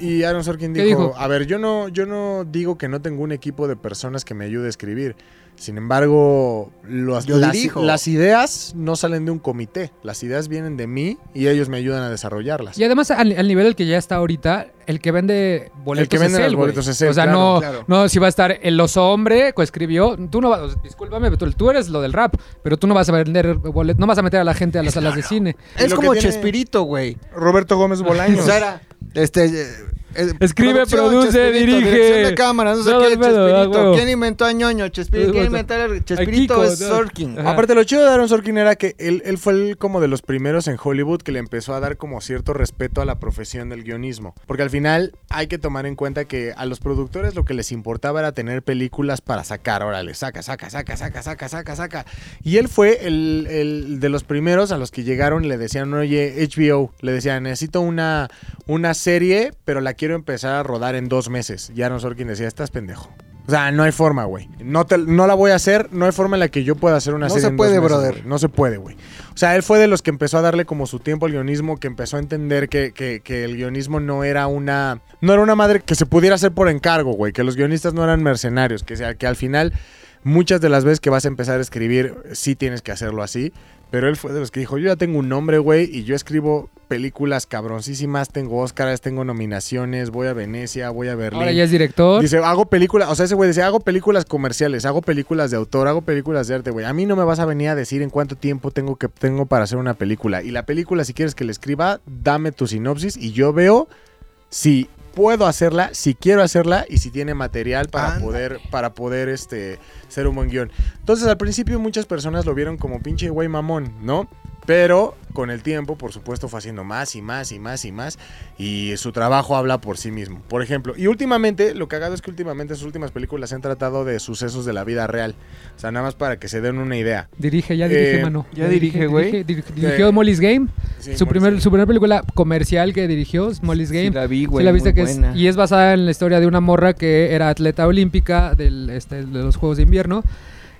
Speaker 2: y Aaron Sorkin
Speaker 1: ¿Qué
Speaker 2: dijo,
Speaker 1: dijo?
Speaker 2: a ver, yo no, yo no digo que no tengo un equipo de personas que me ayude a escribir. Sin embargo, los-
Speaker 3: Yo
Speaker 2: las,
Speaker 3: dirijo.
Speaker 2: las ideas no salen de un comité. Las ideas vienen de mí y ellos me ayudan a desarrollarlas.
Speaker 1: Y además, al, al nivel al que ya está ahorita, el que vende boletos
Speaker 2: El que vende
Speaker 1: es él,
Speaker 2: los
Speaker 1: güey.
Speaker 2: boletos es él,
Speaker 1: O sea,
Speaker 2: claro,
Speaker 1: no,
Speaker 3: claro.
Speaker 1: no, si va a estar el oso hombre, coescribió. Tú no vas, o sea, discúlpame, pero tú, tú eres lo del rap, pero tú no vas a vender boletos, no vas a meter a la gente a las salas de cine.
Speaker 3: Es
Speaker 2: lo
Speaker 3: como
Speaker 2: que tiene-
Speaker 3: Chespirito, güey.
Speaker 2: Roberto Gómez Bolaños.
Speaker 3: O sea, era, este, eh, eh,
Speaker 1: Escribe,
Speaker 3: producción,
Speaker 1: produce,
Speaker 3: Chespirito,
Speaker 1: dirige.
Speaker 3: Dirección de cámara, no sé
Speaker 1: Todo
Speaker 3: qué,
Speaker 1: el pedo, ah,
Speaker 3: Chespirito.
Speaker 1: huevo.
Speaker 3: ¿Quién inventó a ñoño? Chespirito.
Speaker 1: Todo
Speaker 3: ¿Quién
Speaker 1: el
Speaker 3: inventó a
Speaker 1: Kiko,
Speaker 3: Chespirito? Es
Speaker 1: todo.
Speaker 3: Sorkin.
Speaker 1: Ajá.
Speaker 2: Aparte, lo chido de Aaron Sorkin era que él, él fue el- como de los primeros en Hollywood que le empezó a dar como cierto respeto a la profesión del guionismo. Porque al final hay que tomar en cuenta que a los productores lo que les importaba era tener películas para sacar. Órale, saca, saca, saca, saca, saca, saca, saca. Y él fue el, el de los primeros a los que llegaron y le decían, oye, HBO, le decían, necesito una, una serie, pero la quiero empezar a rodar en dos meses. Y Aaron Sorkin decía, estás pendejo. O sea, no hay forma, güey. No, te- no la voy a hacer, no hay forma en la que yo pueda hacer una
Speaker 3: No
Speaker 2: serie.
Speaker 3: se
Speaker 2: en
Speaker 3: puede,
Speaker 2: dos meses,
Speaker 3: brother.
Speaker 2: güey. No se puede, güey. O sea, él fue de los que empezó a darle como su tiempo al guionismo, que empezó a entender que, que- que el guionismo no era una. No era una madre que se pudiera hacer por encargo, güey. Que los guionistas no eran mercenarios. Que, sea- que al final, muchas de las veces que vas a empezar a escribir, sí tienes que hacerlo así. Pero él fue de los que dijo: Yo ya tengo un nombre, güey, y yo escribo películas cabroncísimas, tengo Óscares, tengo nominaciones, voy a Venecia, voy a Berlín.
Speaker 1: Ahora ya es director.
Speaker 2: Dice, hago películas, o sea, ese güey dice, hago películas comerciales, hago películas de autor, hago películas de arte, güey. A mí no me vas a venir a decir en cuánto tiempo tengo que tengo para hacer una película. Y la película, si quieres que la escriba, dame tu sinopsis y yo veo si puedo hacerla, si quiero hacerla y si tiene material para
Speaker 3: Ándale.
Speaker 2: poder para poder este ser un buen guión. Entonces, al principio muchas personas lo vieron como pinche güey mamón, ¿no? Pero con el tiempo, por supuesto, fue haciendo más y más y más y más. Y su trabajo habla por sí mismo. Por ejemplo, y últimamente, lo cagado es que últimamente sus últimas películas se han tratado de sucesos de la vida real. O sea, nada más para que se den una idea.
Speaker 1: Dirige, ya dirige,
Speaker 2: Eh,
Speaker 1: mano.
Speaker 3: ya dirige, güey.
Speaker 1: dirige, dirige- Dirigió Molly's Game. su, primer, su primera película comercial que dirigió es Molly's Game.
Speaker 3: Sí, la vi,
Speaker 1: Sí,
Speaker 3: güey.
Speaker 1: la viste
Speaker 3: muy
Speaker 1: que es,
Speaker 3: buena.
Speaker 1: y es basada en la historia de una morra que era atleta olímpica del, este, de los Juegos de Invierno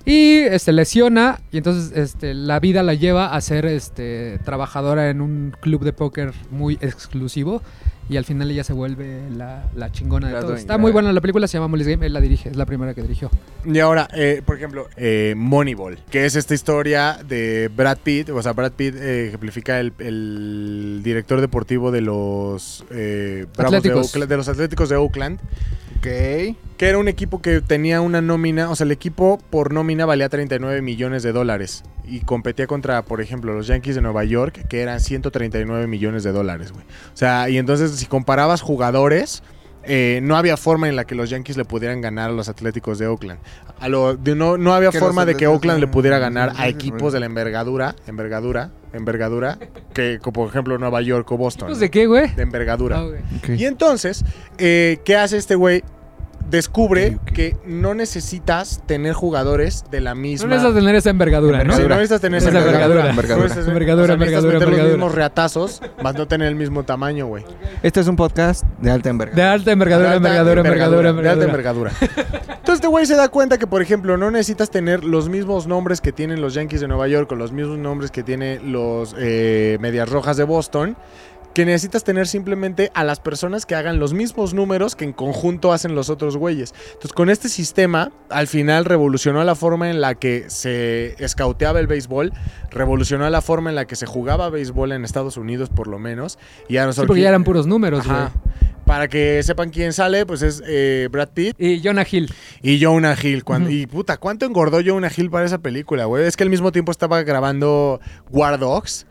Speaker 1: y este, lesiona y entonces este, la vida la lleva a ser este, trabajadora en un club de póker muy exclusivo y al final ella se vuelve la, la chingona de
Speaker 3: La
Speaker 1: todo.
Speaker 3: dueña,
Speaker 1: Está muy
Speaker 3: la-
Speaker 1: buena la película, se llama Molly's Game, él la dirige, es la primera que dirigió.
Speaker 2: Y ahora, eh, por ejemplo, eh, Moneyball, que es esta historia de Brad Pitt. O sea, Brad Pitt eh, ejemplifica el, el director deportivo de los, eh, Bravos de,
Speaker 1: Atléticos.
Speaker 2: Oakland- de los Atléticos de Oakland.
Speaker 3: Ok.
Speaker 2: Que era un equipo que tenía una nómina, o sea, el equipo por nómina valía 39 millones de dólares. Y competía contra, por ejemplo, los Yankees de Nueva York, que eran 139 millones de dólares, güey. O sea, y entonces si comparabas jugadores, eh, no había forma en la que los Yankees le pudieran ganar a los Atléticos de Oakland. A lo, de- no, no había
Speaker 3: Que los
Speaker 2: forma de que
Speaker 3: Atléticos
Speaker 2: Oakland le
Speaker 3: no-
Speaker 2: pudiera
Speaker 3: no-
Speaker 2: ganar
Speaker 3: no-
Speaker 2: a
Speaker 3: no-
Speaker 2: equipos de la envergadura, envergadura, envergadura, que como, por ejemplo Nueva York o Boston.
Speaker 1: ¿Tipos Pues, de qué, güey?
Speaker 2: De envergadura.
Speaker 1: Ah, güey.
Speaker 2: Y entonces, eh, ¿qué hace este güey? Descubre
Speaker 3: Ok, ok.
Speaker 2: que no necesitas tener jugadores de la
Speaker 1: No
Speaker 2: misma.
Speaker 1: necesitas tener esa envergadura, ¿no?
Speaker 2: Sí, no necesitas tener
Speaker 1: Es
Speaker 2: esa
Speaker 1: envergadura.
Speaker 2: No
Speaker 3: Pues,
Speaker 2: necesitas-
Speaker 1: Envergadura,
Speaker 2: o
Speaker 1: envergadura,
Speaker 2: sea, necesitas meter
Speaker 1: envergadura.
Speaker 2: los mismos reatazos, más no tener el mismo tamaño, güey.
Speaker 3: Este es un podcast de alta
Speaker 1: De
Speaker 3: envergadura.
Speaker 1: alta envergadura,
Speaker 2: De alta
Speaker 1: envergadura, envergadura,
Speaker 2: De alta
Speaker 1: envergadura.
Speaker 2: envergadura. Entonces, este güey se da cuenta que, por ejemplo, no necesitas tener los mismos nombres que tienen los Yankees de Nueva York o los mismos nombres que tienen los eh, Medias Rojas de Boston. Que necesitas tener simplemente a las personas que hagan los mismos números que en conjunto hacen los otros güeyes. Entonces, con este sistema, al final revolucionó la forma en la que se escauteaba el béisbol, revolucionó la forma en la que se jugaba béisbol en Estados Unidos, por lo menos. Y Aaron
Speaker 1: Sí, porque
Speaker 2: Sorkin-
Speaker 1: ya eran puros números, güey.
Speaker 2: Ajá. Para que sepan quién sale, pues es eh, Brad Pitt
Speaker 1: Y Jonah Hill.
Speaker 2: y Jonah Hill. Cuan-
Speaker 1: Ujú.
Speaker 2: Y puta, ¿cuánto engordó Jonah Hill para esa película, güey? Es que al mismo tiempo estaba grabando War Dogs.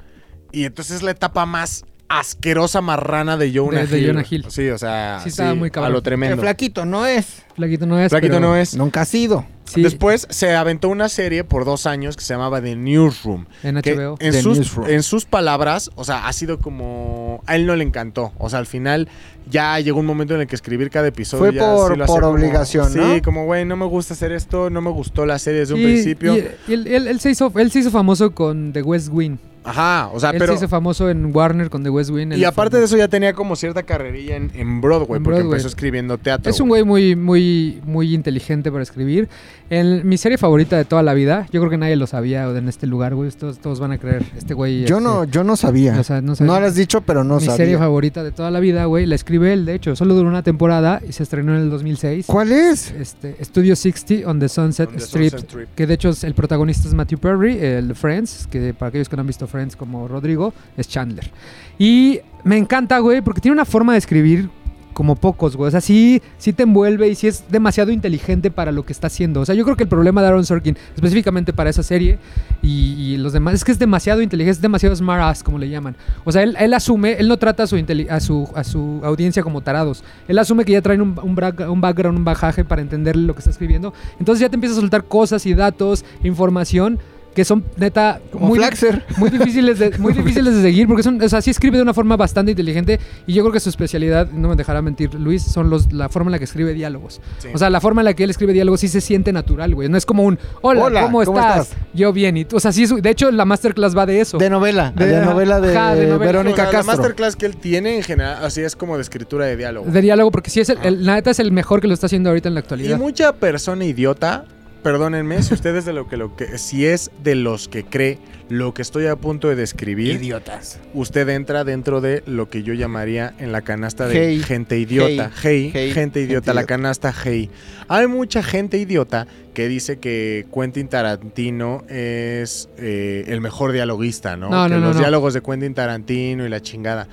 Speaker 2: Y entonces es la etapa más asquerosa marrana de Jonah
Speaker 1: De- de
Speaker 2: Hill.
Speaker 1: Jonah Hill.
Speaker 2: Sí, o sea,
Speaker 1: Sí, estaba muy cabrón.
Speaker 2: a lo
Speaker 3: Que
Speaker 2: tremendo.
Speaker 3: flaquito no es.
Speaker 1: Flaquito no es.
Speaker 2: Flaquito
Speaker 1: pero-
Speaker 2: no es.
Speaker 3: Nunca ha sido.
Speaker 1: Sí,
Speaker 2: Después se aventó una serie por dos años que se llamaba The Newsroom.
Speaker 1: en
Speaker 2: que
Speaker 1: HBO.
Speaker 2: en,
Speaker 3: The
Speaker 2: sus,
Speaker 3: Newsroom.
Speaker 2: en sus palabras, o sea, ha sido como... A él no le encantó. O sea, al final ya llegó un momento en el que escribir cada episodio...
Speaker 3: Fue
Speaker 2: ya
Speaker 3: por-
Speaker 2: lo hacía
Speaker 3: por
Speaker 2: como-
Speaker 3: obligación, ¿no?
Speaker 2: Sí, como, güey, no me gusta hacer esto, no me gustó la serie desde un
Speaker 1: Y-
Speaker 2: principio.
Speaker 1: y él, él- él se hizo, él se hizo famoso con The West Wing.
Speaker 2: Ajá, o sea,
Speaker 1: él
Speaker 2: Ah, pero...
Speaker 1: se hizo famoso en Warner con The West Wing.
Speaker 2: Y aparte de eso ya tenía como cierta carrerilla en, en Broadway,
Speaker 1: En
Speaker 2: porque
Speaker 1: Broadway.
Speaker 2: empezó escribiendo teatro.
Speaker 1: Es un güey muy, muy, muy inteligente para escribir. En mi serie favorita de toda la vida, yo creo que nadie lo sabía en este lugar, güey. Todos, todos van a creer, este güey.
Speaker 3: Yo
Speaker 1: este,
Speaker 3: no, yo no sabía.
Speaker 1: o sea, no sabía.
Speaker 3: No lo has dicho, pero no
Speaker 1: mi serie
Speaker 3: sabía.
Speaker 1: favorita de toda la vida, güey. La escribe él, de hecho. Solo duró una temporada y se estrenó en el 2006.
Speaker 3: ¿Cuál es?
Speaker 1: Este, Studio 60 on the Sunset
Speaker 2: On the
Speaker 1: Strip.
Speaker 2: Sunset Strip.
Speaker 1: Que de hecho es- el protagonista es Matthew Perry, el de Friends, que para aquellos que no han visto Friends como Rodrigo, es Chandler. Y me encanta, güey, porque tiene una forma de escribir como pocos, güey. O sea, sí, sí te envuelve y sí es demasiado inteligente para lo que está haciendo. O sea, yo creo que el problema de Aaron Sorkin, específicamente para esa serie y, y los demás, es que es demasiado inteligente, es demasiado smart ass, como le llaman. O sea, él, él asume, él no trata a su, inteli- a, su, a su audiencia como tarados. Él asume que ya traen un, un bra- un background, un bajaje para entender lo que está escribiendo. Entonces ya te empieza a soltar cosas y datos, información, que son neta
Speaker 3: Como
Speaker 1: muy,
Speaker 3: Flaxer.
Speaker 1: muy difíciles de, muy difíciles de seguir porque son, o sea, sí escribe de una forma bastante inteligente y yo creo que su especialidad, no me dejará mentir Luis, son los, la forma en la que escribe diálogos.
Speaker 2: Sí.
Speaker 1: O sea, la forma en la que él escribe diálogos sí se siente natural, güey. No es como un, hola,
Speaker 3: Hola,
Speaker 1: ¿cómo,
Speaker 3: ¿cómo
Speaker 1: estás?
Speaker 3: estás?
Speaker 1: Yo bien. Y tú, o sea, sí, es- de hecho, la masterclass va de eso.
Speaker 3: De novela.
Speaker 1: De-
Speaker 3: De, novela de,
Speaker 1: Ajá, de novela.
Speaker 3: Verónica
Speaker 2: O sea, La
Speaker 3: Castro.
Speaker 2: masterclass que él tiene en general, así es como de escritura de diálogo.
Speaker 1: De diálogo, porque sí es
Speaker 2: Ah.
Speaker 1: el, el- la neta es el mejor que lo está haciendo ahorita en la
Speaker 2: y
Speaker 1: actualidad.
Speaker 2: mucha persona idiota, perdónenme, si ustedes de lo que lo que si es de los que cree lo que estoy a punto de describir,
Speaker 3: Idiotas.
Speaker 2: usted entra dentro de lo que yo llamaría en la canasta de
Speaker 3: Hey,
Speaker 2: gente idiota. Hey,
Speaker 3: hey, hey,
Speaker 2: gente idiota,
Speaker 3: gente
Speaker 2: la
Speaker 3: idiota.
Speaker 2: canasta hey. Hay mucha gente idiota que dice que Quentin Tarantino es eh, el mejor dialoguista, ¿no?
Speaker 1: No,
Speaker 2: que
Speaker 1: no, no,
Speaker 2: los
Speaker 1: no.
Speaker 2: diálogos de Quentin Tarantino y la chingada.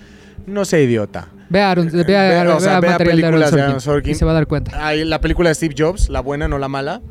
Speaker 2: No sea idiota.
Speaker 1: Vea, Aaron- vea,
Speaker 2: Ve- o
Speaker 1: vea
Speaker 2: sea, vea
Speaker 1: material de Aaron
Speaker 2: películas de
Speaker 1: Sorkin,
Speaker 2: Aaron Sorkin.
Speaker 1: y se va a dar cuenta.
Speaker 2: Hay la película de Steve Jobs, la buena, no la mala.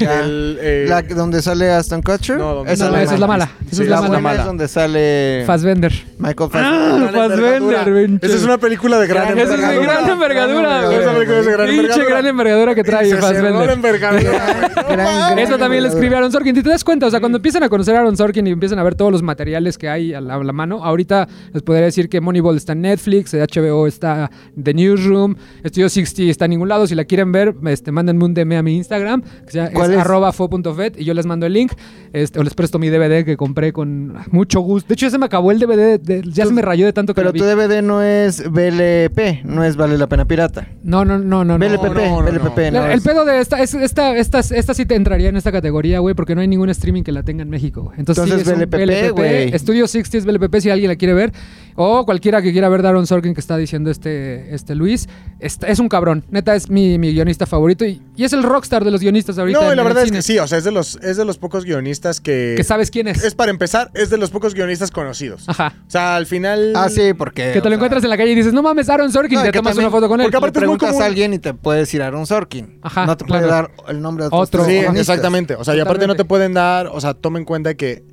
Speaker 2: El, eh,
Speaker 3: La, donde sale Aston Kutcher.
Speaker 2: No, donde
Speaker 1: No,
Speaker 2: la
Speaker 1: esa es la mala. Esa
Speaker 2: Sí,
Speaker 1: es
Speaker 3: la,
Speaker 1: la,
Speaker 3: buena
Speaker 1: mala.
Speaker 3: es ¿Eh? donde sale
Speaker 1: Fassbender.
Speaker 3: Michael
Speaker 1: Ah,
Speaker 3: Fassbender.
Speaker 2: Gran
Speaker 1: Fassbender,
Speaker 2: envergadura.
Speaker 1: pinche.
Speaker 2: Esa es una película de gran
Speaker 3: Esa
Speaker 1: Esa es
Speaker 2: envergadura.
Speaker 1: de gran envergadura,
Speaker 2: Esa
Speaker 1: güey.
Speaker 2: película es de gran
Speaker 1: Pinche
Speaker 2: envergadura.
Speaker 1: gran envergadura que trae
Speaker 2: Y se cerró
Speaker 1: Fassbender. [laughs]
Speaker 2: la envergadura, güey.
Speaker 3: Gran- gran
Speaker 1: Eso también le
Speaker 3: envergadura.
Speaker 1: escribe Aaron Sorkin. Si te das cuenta, o sea, cuando empiezan a conocer a Aaron Sorkin y empiezan a ver todos los materiales que hay a la, a la mano, ahorita les podría decir que Moneyball está en Netflix, eh, HBO está The Newsroom, Studio 60 está en ningún lado. Si la quieren ver, este, mándenme un DM a mi Instagram, que sea,
Speaker 3: ¿Cuál
Speaker 1: es
Speaker 3: es?
Speaker 1: arroba fo.fet, y yo les mando el link. Este, o les presto mi DVD que compré con mucho gusto. De hecho, ya se me acabó el DVD, de- ya se me rayó de tanto que
Speaker 3: Pero
Speaker 1: lo vi.
Speaker 3: tu DVD no es VLP, no es Vale la Pena Pirata.
Speaker 1: No, no, no, no. no.
Speaker 3: VLPP,
Speaker 2: no, no,
Speaker 3: VLPP,
Speaker 1: La-
Speaker 3: no
Speaker 1: el
Speaker 3: es.
Speaker 1: pedo de esta, es- esta, esta, esta sí te entraría en esta categoría, güey, porque no hay ningún streaming que la tenga en México. güey. Entonces,
Speaker 3: Entonces,
Speaker 1: sí, es un
Speaker 3: VLPP, güey.
Speaker 1: Studio 60 es VLPP si alguien la quiere ver. O cualquiera que quiera ver Daron Sorkin que está diciendo este, este Luis. Está- es un cabrón. Neta, es mi, mi guionista favorito y, y es el rockstar de los guionistas ahorita.
Speaker 2: No,
Speaker 1: en
Speaker 2: la
Speaker 1: el
Speaker 2: verdad es
Speaker 1: cine.
Speaker 2: que sí, o sea, es de los, es de los pocos guionistas que.
Speaker 1: Que sabes quién es.
Speaker 2: Es para empezar, es de los pocos guionistas conocidos.
Speaker 1: Ajá.
Speaker 2: O sea, al final.
Speaker 3: Ah, sí, porque.
Speaker 1: Que te
Speaker 3: o
Speaker 1: lo
Speaker 3: sea,
Speaker 1: encuentras en la calle y dices, no mames, Aaron Sorkin,
Speaker 3: no,
Speaker 1: y te
Speaker 3: que
Speaker 1: tomas
Speaker 3: también-
Speaker 1: una foto con él.
Speaker 2: porque aparte
Speaker 3: le
Speaker 2: es muy
Speaker 3: preguntas
Speaker 2: común.
Speaker 3: a alguien y te puede decir Aaron Sorkin.
Speaker 1: Ajá,
Speaker 3: No te puede
Speaker 1: claro.
Speaker 3: dar el nombre de otros
Speaker 1: Otro.
Speaker 2: Sí,
Speaker 3: protagonistas.
Speaker 2: exactamente. O sea, y aparte no te pueden dar. O sea, toma en cuenta que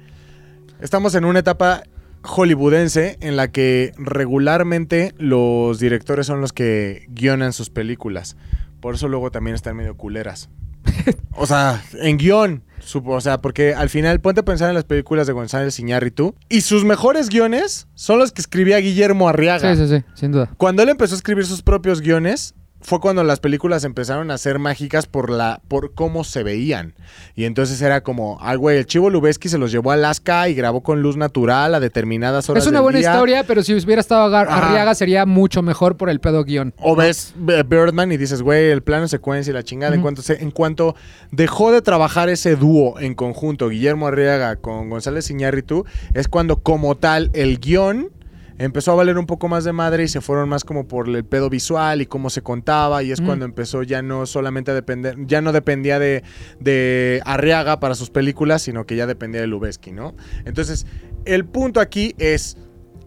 Speaker 2: estamos en una etapa hollywoodense en la que regularmente los directores son los que guionan sus películas. Por eso luego también están medio
Speaker 1: [laughs]
Speaker 2: culeras. O sea, en guión. supo- O sea, porque al final ponte a pensar en las películas de González Iñárritu y sus mejores guiones son los que escribía Guillermo Arriaga.
Speaker 1: Sí, sí, sí, sin duda.
Speaker 2: Cuando él empezó a escribir sus propios guiones, fue cuando las películas empezaron a ser mágicas por la por cómo se veían. Y entonces era como, ah, güey, el Chivo Lubeski se los llevó a Alaska y grabó con luz natural a determinadas horas
Speaker 1: Es una
Speaker 2: del
Speaker 1: buena
Speaker 2: día.
Speaker 1: historia, pero si hubiera estado Agar-
Speaker 2: Ajá.
Speaker 1: Arriaga sería mucho mejor por el pedo guión.
Speaker 2: O ves B- Birdman y dices, güey, el plano secuencia y la chingada. en,
Speaker 1: Ujú.
Speaker 2: cuanto se- en cuanto dejó de trabajar ese dúo en conjunto, Guillermo Arriaga con González Iñárritu, es cuando como tal el guión empezó a valer un poco más de madre y se fueron más como por el pedo visual y cómo se contaba. Y es
Speaker 1: Mm.
Speaker 2: cuando empezó ya no solamente a depender, ya no dependía de, de Arriaga para sus películas, sino que ya dependía de Lubeski, ¿no? Entonces, el punto aquí es,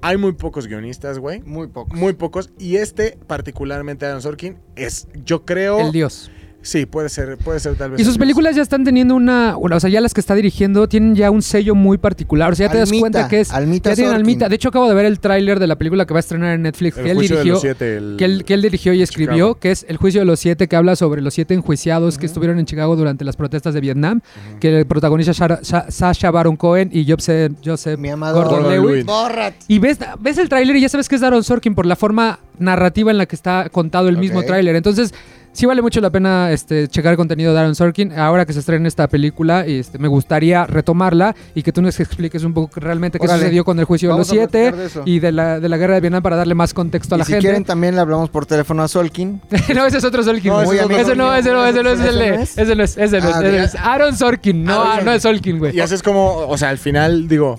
Speaker 2: hay muy pocos guionistas, güey.
Speaker 3: Muy poco.
Speaker 2: Muy pocos. Y este, particularmente Aaron Sorkin, es, yo creo,
Speaker 1: El dios.
Speaker 2: Sí, puede ser, puede ser tal vez.
Speaker 1: Y sus
Speaker 2: obvio.
Speaker 1: películas ya están teniendo una, una- o sea, ya las que está dirigiendo tienen ya un sello muy particular. O sea, ya te das
Speaker 3: Almita,
Speaker 1: cuenta que es
Speaker 3: Almita
Speaker 1: ya tienen
Speaker 3: Sorkin.
Speaker 1: Almita. De hecho, acabo de ver el tráiler de la película que va a estrenar en Netflix
Speaker 2: El
Speaker 1: que él
Speaker 2: juicio de
Speaker 1: dirigió,
Speaker 2: los siete, el-
Speaker 1: que él, que él dirigió y escribió,
Speaker 2: Chicago.
Speaker 1: que es El juicio de los siete, que habla sobre los siete enjuiciados que estuvieron en Chicago durante las protestas de Vietnam, que protagoniza Shara- Sha- Sasha Baron Cohen y Joseph, Joseph
Speaker 3: Mi amado
Speaker 1: Gordon-Levitt.
Speaker 2: Gordon-Levitt.
Speaker 3: Bórrate.
Speaker 1: Y ves, ves el tráiler y ya sabes que es Aaron Sorkin por la forma narrativa en la que está contado el mismo
Speaker 3: Ok.
Speaker 1: tráiler. Entonces, sí vale mucho la pena este, checar el contenido de Aaron Sorkin. Ahora que se estrena esta película, este, me gustaría retomarla y que tú nos expliques un poco realmente qué
Speaker 3: Órale.
Speaker 1: sucedió con el juicio
Speaker 3: Vamos a
Speaker 1: de los siete
Speaker 3: platicar de eso.
Speaker 1: y de la, de la guerra de Vietnam para darle más contexto a
Speaker 3: Y
Speaker 1: la
Speaker 3: si
Speaker 1: gente.
Speaker 3: quieren también le hablamos por teléfono a Solkin.
Speaker 1: [laughs] no, ese es otro Sorkin.
Speaker 2: No,
Speaker 1: güey.
Speaker 2: ese es otro
Speaker 1: ese no,
Speaker 3: Sorkin.
Speaker 1: ese no, ese no, ese
Speaker 3: ¿Ese no
Speaker 1: no es
Speaker 3: es?
Speaker 1: el ese no es, ese no es,
Speaker 3: Ah,
Speaker 1: ese no
Speaker 3: ok.
Speaker 1: es. Aaron Sorkin, no,
Speaker 3: Aaron
Speaker 1: ah, no
Speaker 3: Sorkin.
Speaker 1: es Sorkin, güey.
Speaker 2: Y así es como, o sea, al final, digo,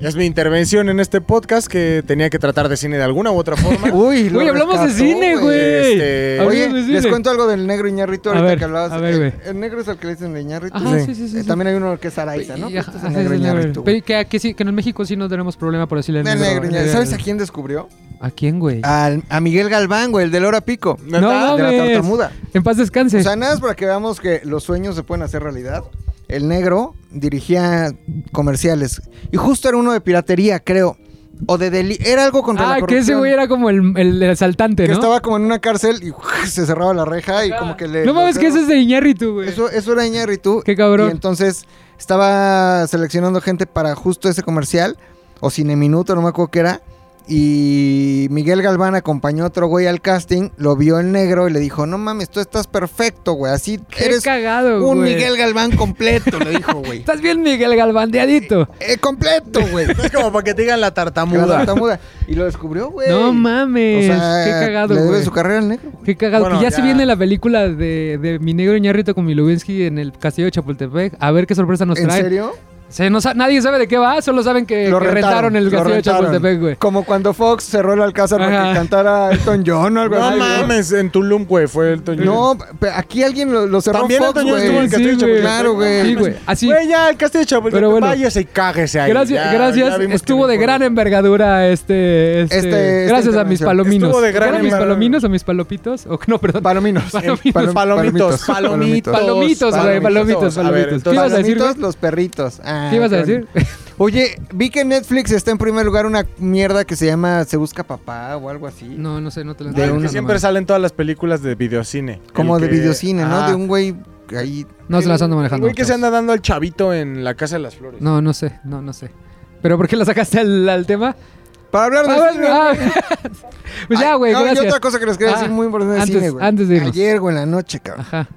Speaker 2: es mi intervención en este podcast que tenía que tratar de cine de alguna u otra
Speaker 1: [laughs]
Speaker 2: forma.
Speaker 3: Uy, lo
Speaker 1: Güey, hablamos de
Speaker 3: rescató,
Speaker 1: cine, güey.
Speaker 2: Este,
Speaker 1: Hablamos
Speaker 3: Oye,
Speaker 1: de
Speaker 3: les
Speaker 1: cine.
Speaker 3: cuento algo del negro Iñarrito
Speaker 1: A
Speaker 3: ahorita
Speaker 1: ver,
Speaker 3: que hablabas.
Speaker 1: a ver,
Speaker 3: El-
Speaker 1: güey.
Speaker 3: el, negro es el que le dicen Iñarrito.
Speaker 1: Ajá, sí, sí, sí,
Speaker 3: Eh,
Speaker 1: sí.
Speaker 3: También hay uno que es Araiza, ¿no?
Speaker 1: Y-
Speaker 3: Pero este es
Speaker 1: ajá,
Speaker 3: el negro
Speaker 1: sí, sí,
Speaker 3: Iñárritu.
Speaker 1: pero que, que sí, que en el México sí no tenemos problema por decirle el
Speaker 3: El
Speaker 1: negro.
Speaker 3: negro Iñárritu.
Speaker 1: Eh,
Speaker 3: ¿Sabes a quién Ah, descubrió?
Speaker 1: ¿A quién, güey?
Speaker 3: Al- a Miguel Galván, güey, el del Hora Pico.
Speaker 2: ¿neta?
Speaker 1: No,
Speaker 3: de la
Speaker 1: mames.
Speaker 3: tartamuda.
Speaker 1: En paz descanse.
Speaker 3: O sea, nada más para que veamos que los sueños se pueden hacer realidad. El negro dirigía comerciales. Y justo era uno de piratería, creo. O de deli Era algo contra la
Speaker 1: ah, que
Speaker 3: corrupción.
Speaker 1: ese güey era como el, el, el asaltante,
Speaker 3: Que
Speaker 1: ¿no?
Speaker 3: estaba como en una cárcel y se cerraba la reja y
Speaker 1: Ah.
Speaker 3: como que le...
Speaker 1: No mames,
Speaker 3: los
Speaker 1: que ese
Speaker 3: dedos-
Speaker 1: es de Iñárritu, güey.
Speaker 3: Eso, eso era Iñárritu.
Speaker 1: Qué cabrón.
Speaker 3: Y entonces estaba seleccionando gente para justo ese comercial, o Cine Minuto, no me acuerdo qué era. Y Miguel Galván acompañó a otro güey al casting, lo vio el negro y le dijo: No mames, tú estás perfecto, güey. Así
Speaker 1: Qué
Speaker 3: eres
Speaker 1: cagado, güey.
Speaker 3: un Miguel Galván
Speaker 1: [laughs]
Speaker 3: completo, le dijo, güey.
Speaker 1: Estás bien, Miguel Galvandeadito.
Speaker 3: Eh, completo, güey.
Speaker 2: [laughs] Es como para que te digan la tartamuda.
Speaker 3: La tartamuda. Y lo descubrió, güey.
Speaker 1: No mames.
Speaker 3: O sea,
Speaker 1: qué cagado,
Speaker 3: Le debe
Speaker 1: güey.
Speaker 3: su carrera al negro. güey.
Speaker 1: Qué cagado.
Speaker 2: Bueno,
Speaker 1: que ya,
Speaker 2: ya.
Speaker 1: se viene la película de, de mi negro Iñárritu con Milubinsky en el castillo de Chapultepec. A ver qué sorpresa nos
Speaker 3: ¿En
Speaker 1: trae.
Speaker 3: serio?
Speaker 1: Se nos ha- nadie sabe de qué va, solo saben que, que rentaron, el
Speaker 3: lo
Speaker 1: castillo de
Speaker 3: rentaron.
Speaker 1: Chapultepec, güey.
Speaker 3: Como cuando Fox cerró el Alcázar para
Speaker 1: Ajá.
Speaker 3: que cantara Elton John o algo
Speaker 2: No
Speaker 3: así. güey.
Speaker 2: mames, en Tulum, güey, fue el Toño.
Speaker 3: No, pe- aquí alguien lo, lo cerró
Speaker 2: También
Speaker 3: Fox,
Speaker 2: Elton John
Speaker 3: güey.
Speaker 2: estuvo en el
Speaker 1: Sí,
Speaker 2: Castillo de
Speaker 1: güey.
Speaker 2: Chapultepec.
Speaker 3: Claro, güey.
Speaker 1: Sí, güey. Así.
Speaker 2: Güey, ya, el Castillo de Chapultepec,
Speaker 1: Pero bueno.
Speaker 2: váyase y cáguese ahí.
Speaker 1: Gracias,
Speaker 2: Ya- ya
Speaker 1: gracias.
Speaker 2: vimos que
Speaker 1: Estuvo
Speaker 2: le
Speaker 1: de
Speaker 2: importa.
Speaker 1: gran envergadura este. este-
Speaker 3: Este- esta
Speaker 1: gracias a mis
Speaker 3: intervención.
Speaker 1: palominos.
Speaker 2: Estuvo de gran
Speaker 1: ¿Eran mis
Speaker 2: envergadura.
Speaker 1: palominos o mis palopitos? O- no, perdón. [laughs]
Speaker 3: [laughs] Palominos.
Speaker 1: Palomitos.
Speaker 3: Eh, Palom-
Speaker 2: Palomitos, palomitos.
Speaker 1: Palomitos, güey, palomitos,
Speaker 2: A ver,
Speaker 1: palomitos. ¿Qué
Speaker 2: entonces,
Speaker 1: ibas a decir,
Speaker 3: Palomitos,
Speaker 1: güey?
Speaker 3: los perritos. Ah,
Speaker 1: ¿Qué ibas a
Speaker 3: qué
Speaker 1: decir?
Speaker 3: bonito. Oye, vi que en Netflix está en primer lugar una mierda que se llama Se busca papá o algo así.
Speaker 1: No, no sé, no te lo
Speaker 2: ah,
Speaker 3: De
Speaker 2: el
Speaker 1: entiendo.
Speaker 2: que
Speaker 3: una
Speaker 2: siempre salen todas las películas de videocine.
Speaker 3: Como
Speaker 2: El
Speaker 3: de
Speaker 2: que-
Speaker 3: videocine, ¿no?
Speaker 2: Ah.
Speaker 3: De un güey ahí.
Speaker 1: No se las ando
Speaker 2: El
Speaker 1: manejando.
Speaker 2: güey que se anda dando al chavito en la Casa de las Flores.
Speaker 1: No, no sé, no, no sé. ¿Pero por qué la sacaste al, al tema?
Speaker 3: Para hablar de
Speaker 1: Ah,
Speaker 3: cine.
Speaker 1: ah, [laughs] pues ya,
Speaker 3: Ay,
Speaker 1: güey,
Speaker 3: no, Y
Speaker 1: gracias.
Speaker 3: otra cosa que les quería
Speaker 1: Ah,
Speaker 3: decir muy importante de
Speaker 1: antes-
Speaker 3: cine, güey.
Speaker 1: antes de irnos.
Speaker 3: Ayer, güey, en la noche, cabrón.
Speaker 1: Ajá,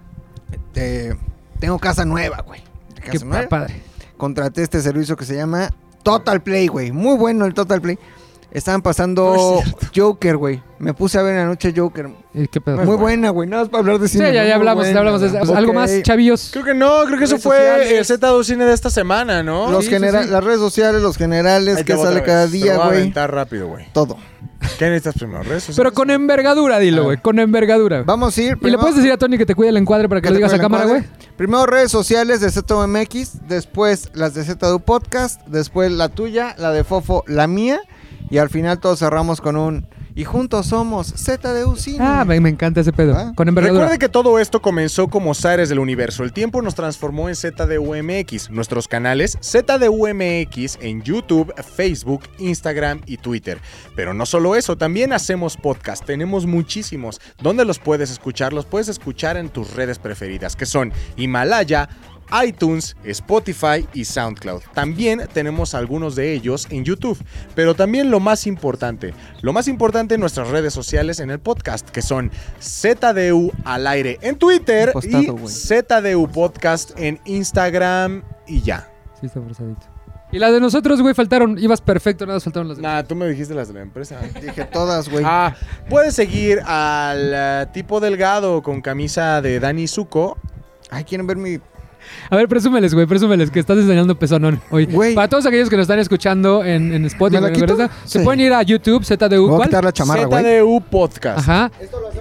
Speaker 3: eh, tengo casa nueva, güey.
Speaker 1: qué
Speaker 3: Casa
Speaker 1: pa-
Speaker 3: nueva.
Speaker 1: padre.
Speaker 3: contraté este servicio que se llama Total Play, güey. Muy bueno el Total Play. Estaban
Speaker 2: No
Speaker 3: pasando
Speaker 2: es
Speaker 3: Joker, güey. Me puse a ver en la noche Joker. Muy
Speaker 1: Eh, Qué pedo.
Speaker 3: buena, güey. Nada más para hablar de
Speaker 1: Sí,
Speaker 3: cine.
Speaker 1: ya,
Speaker 3: muy
Speaker 1: ya hablamos, ya
Speaker 3: buena,
Speaker 1: hablamos. de-
Speaker 3: güey.
Speaker 1: Algo
Speaker 3: Ok.
Speaker 1: más, chavillos.
Speaker 2: Creo que no, creo que eso
Speaker 3: Redes
Speaker 2: fue
Speaker 3: sociales.
Speaker 2: el Z2 Cine de esta semana, ¿no?
Speaker 3: Los
Speaker 1: Sí, sí,
Speaker 3: genera-
Speaker 1: sí.
Speaker 3: Las redes sociales, los generales,
Speaker 2: Ahí te
Speaker 3: que
Speaker 2: va
Speaker 3: sale
Speaker 2: otra
Speaker 3: cada
Speaker 2: vez. Te
Speaker 3: día,
Speaker 2: lo voy a
Speaker 3: güey.
Speaker 2: aventar rápido, güey.
Speaker 3: Todo.
Speaker 2: ¿Qué necesitas primero? ¿Redes sociales?
Speaker 1: Pero con envergadura, dilo, güey, con envergadura. güey.
Speaker 3: Vamos a ir.
Speaker 1: Y le
Speaker 3: primero-
Speaker 1: puedes decir a Tony que te cuide el encuadre para que lo digas a
Speaker 3: te cuelguen,
Speaker 1: cámara, güey.
Speaker 3: padre. Primero redes sociales de ZMX, después las de ZDU Podcast, después la tuya, la de Fofo, la mía, y al final todos cerramos con un y juntos somos ZDU Cine.
Speaker 1: Ah, me, me encanta ese pedo.
Speaker 3: Ah.
Speaker 1: Con envergadura.
Speaker 2: Recuerde que todo esto comenzó como Zares del Universo. El tiempo nos transformó en ZDUMX. Nuestros canales ZDUMX en YouTube, Facebook, Instagram y Twitter. Pero no solo eso, también hacemos podcast. Tenemos muchísimos. ¿Dónde los puedes escuchar? Los puedes escuchar en tus redes preferidas, que son Himalaya, iTunes, Spotify y SoundCloud. También tenemos algunos de ellos en YouTube, pero también lo más importante, lo más importante en nuestras redes sociales en el podcast, que son ZDU al aire en Twitter
Speaker 3: Impostado,
Speaker 2: y
Speaker 3: güey.
Speaker 2: ZDU Podcast en Instagram y ya.
Speaker 1: Sí, está forzadito. Y la de nosotros, güey, faltaron. Ibas perfecto, nada más faltaron las de.
Speaker 2: Nah, tú me dijiste las de la empresa.
Speaker 3: Dije todas, güey.
Speaker 2: Ah, puedes seguir al eh, tipo delgado con camisa de Dani Zuko.
Speaker 3: Ay, quieren ver mi.
Speaker 1: A ver, presúmeles, güey, presúmeles, que estás enseñando pezonón hoy.
Speaker 3: Güey.
Speaker 1: Para todos aquellos que nos están escuchando en, en Spotify,
Speaker 3: ¿Me la
Speaker 1: en el
Speaker 3: quito?
Speaker 1: resto, se
Speaker 3: Sí.
Speaker 1: pueden ir a YouTube, ZDU,
Speaker 3: Voy a
Speaker 1: ¿cuál?
Speaker 3: quitar la chamarra, güey.
Speaker 2: ZDU Podcast.
Speaker 1: Ajá.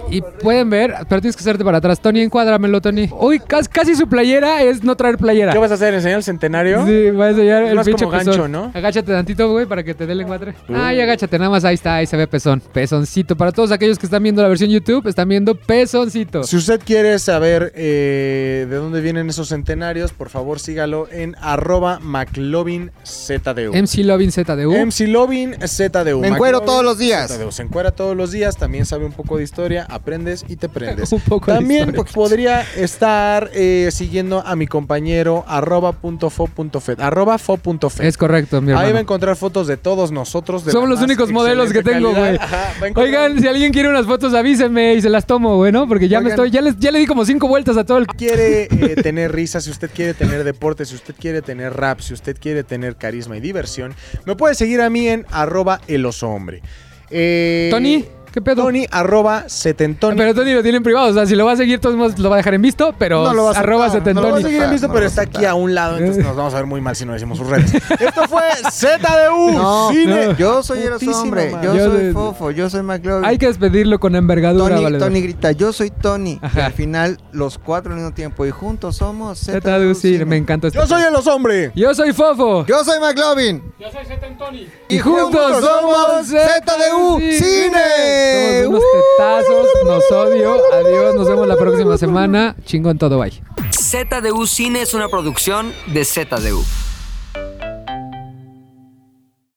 Speaker 1: Y pueden ver, pero tienes que hacerte para atrás. Tony, encuádramelo, Tony. Uy, casi, casi su playera es no traer playera.
Speaker 2: ¿Qué vas a hacer? ¿Enseñar el centenario?
Speaker 1: Sí, va a enseñar
Speaker 2: Es
Speaker 1: el
Speaker 2: más
Speaker 1: pinche
Speaker 2: como gancho,
Speaker 1: pezón.
Speaker 2: ¿no?
Speaker 1: Agáchate tantito, güey, para que te dé el encuadre. Ay, agáchate, nada más ahí está, ahí se ve pezón. Pezoncito. Para todos aquellos que están viendo la versión YouTube, están viendo pezoncito.
Speaker 2: Si usted quiere saber eh, de dónde vienen esos centenarios, por favor sígalo en arroba McLovinZDU.
Speaker 1: MC Lovin ZDU.
Speaker 2: MC Lovin ZDU.
Speaker 3: Me encuero
Speaker 2: McLovin
Speaker 3: todos los días.
Speaker 2: ZDU. Se encuera todos los días, también sabe un poco de historia, aprendes y te
Speaker 3: [laughs]
Speaker 1: [laughs]
Speaker 2: prendes.
Speaker 1: Un poco de
Speaker 2: También pues,
Speaker 1: historia.
Speaker 2: podría estar eh, siguiendo a mi compañero arroba punto fo punto fed, arroba fo punto fed.
Speaker 1: Es correcto, mi
Speaker 2: Ahí va a
Speaker 1: hermano.
Speaker 2: encontrar fotos de todos nosotros. de
Speaker 1: Somos
Speaker 2: la
Speaker 1: los
Speaker 2: más
Speaker 1: únicos modelos que
Speaker 2: excelente
Speaker 1: tengo,
Speaker 2: calidad.
Speaker 1: güey.
Speaker 2: Ajá, va a encontrar-
Speaker 1: Oigan, si alguien quiere unas fotos, avísenme y se las tomo, güey, ¿no? Porque ya me
Speaker 2: Oigan.
Speaker 1: estoy, ya les, ya le di como cinco vueltas a todo el.
Speaker 2: quiere eh, tener risa, si usted quiere tener deporte, si usted quiere tener rap, si usted quiere tener carisma y diversión, me puede seguir a mí en arroba el oso hombre. Eh,
Speaker 1: Tony, ¿qué pedo?
Speaker 2: Tony arroba setentoni.
Speaker 1: Pero Tony lo tiene en privado, o sea, si lo va a seguir, todos modos lo va a dejar en visto, pero
Speaker 3: No lo va a aceptar,
Speaker 1: arroba
Speaker 3: no lo
Speaker 2: No lo va a
Speaker 1: setentoni.
Speaker 2: seguir en visto,
Speaker 3: No lo
Speaker 2: pero
Speaker 3: va a
Speaker 2: está
Speaker 3: aceptar.
Speaker 2: aquí a un lado, entonces
Speaker 3: Eh.
Speaker 2: nos vamos a ver muy mal si no decimos sus redes. Esto fue ZDU
Speaker 3: [laughs] No,
Speaker 2: Cine.
Speaker 3: Yo soy Eros
Speaker 2: Putísima
Speaker 3: Hombre,
Speaker 2: madre.
Speaker 3: yo
Speaker 1: Yo
Speaker 3: soy
Speaker 1: de-
Speaker 3: Fofo, yo soy McLovin.
Speaker 1: Hay que despedirlo con envergadura,
Speaker 3: Tony,
Speaker 1: valedor.
Speaker 3: Tony grita, yo soy Tony. Y
Speaker 1: Ajá.
Speaker 3: al final, los cuatro al mismo tiempo. Y juntos somos
Speaker 1: ZDU, sí,
Speaker 3: Cine.
Speaker 1: me encanta este.
Speaker 2: Yo soy el oso hombre.
Speaker 1: Yo soy Fofo.
Speaker 3: Yo soy McLovin.
Speaker 1: Yo soy Setentoni.
Speaker 3: Y juntos somos ZDU Cine.
Speaker 1: Somos unos
Speaker 3: Uh.
Speaker 1: tetazos, nos odio. Adiós, nos vemos la próxima semana. Chingo en todo, bye.
Speaker 4: ZDU Cine es una producción de ZDU.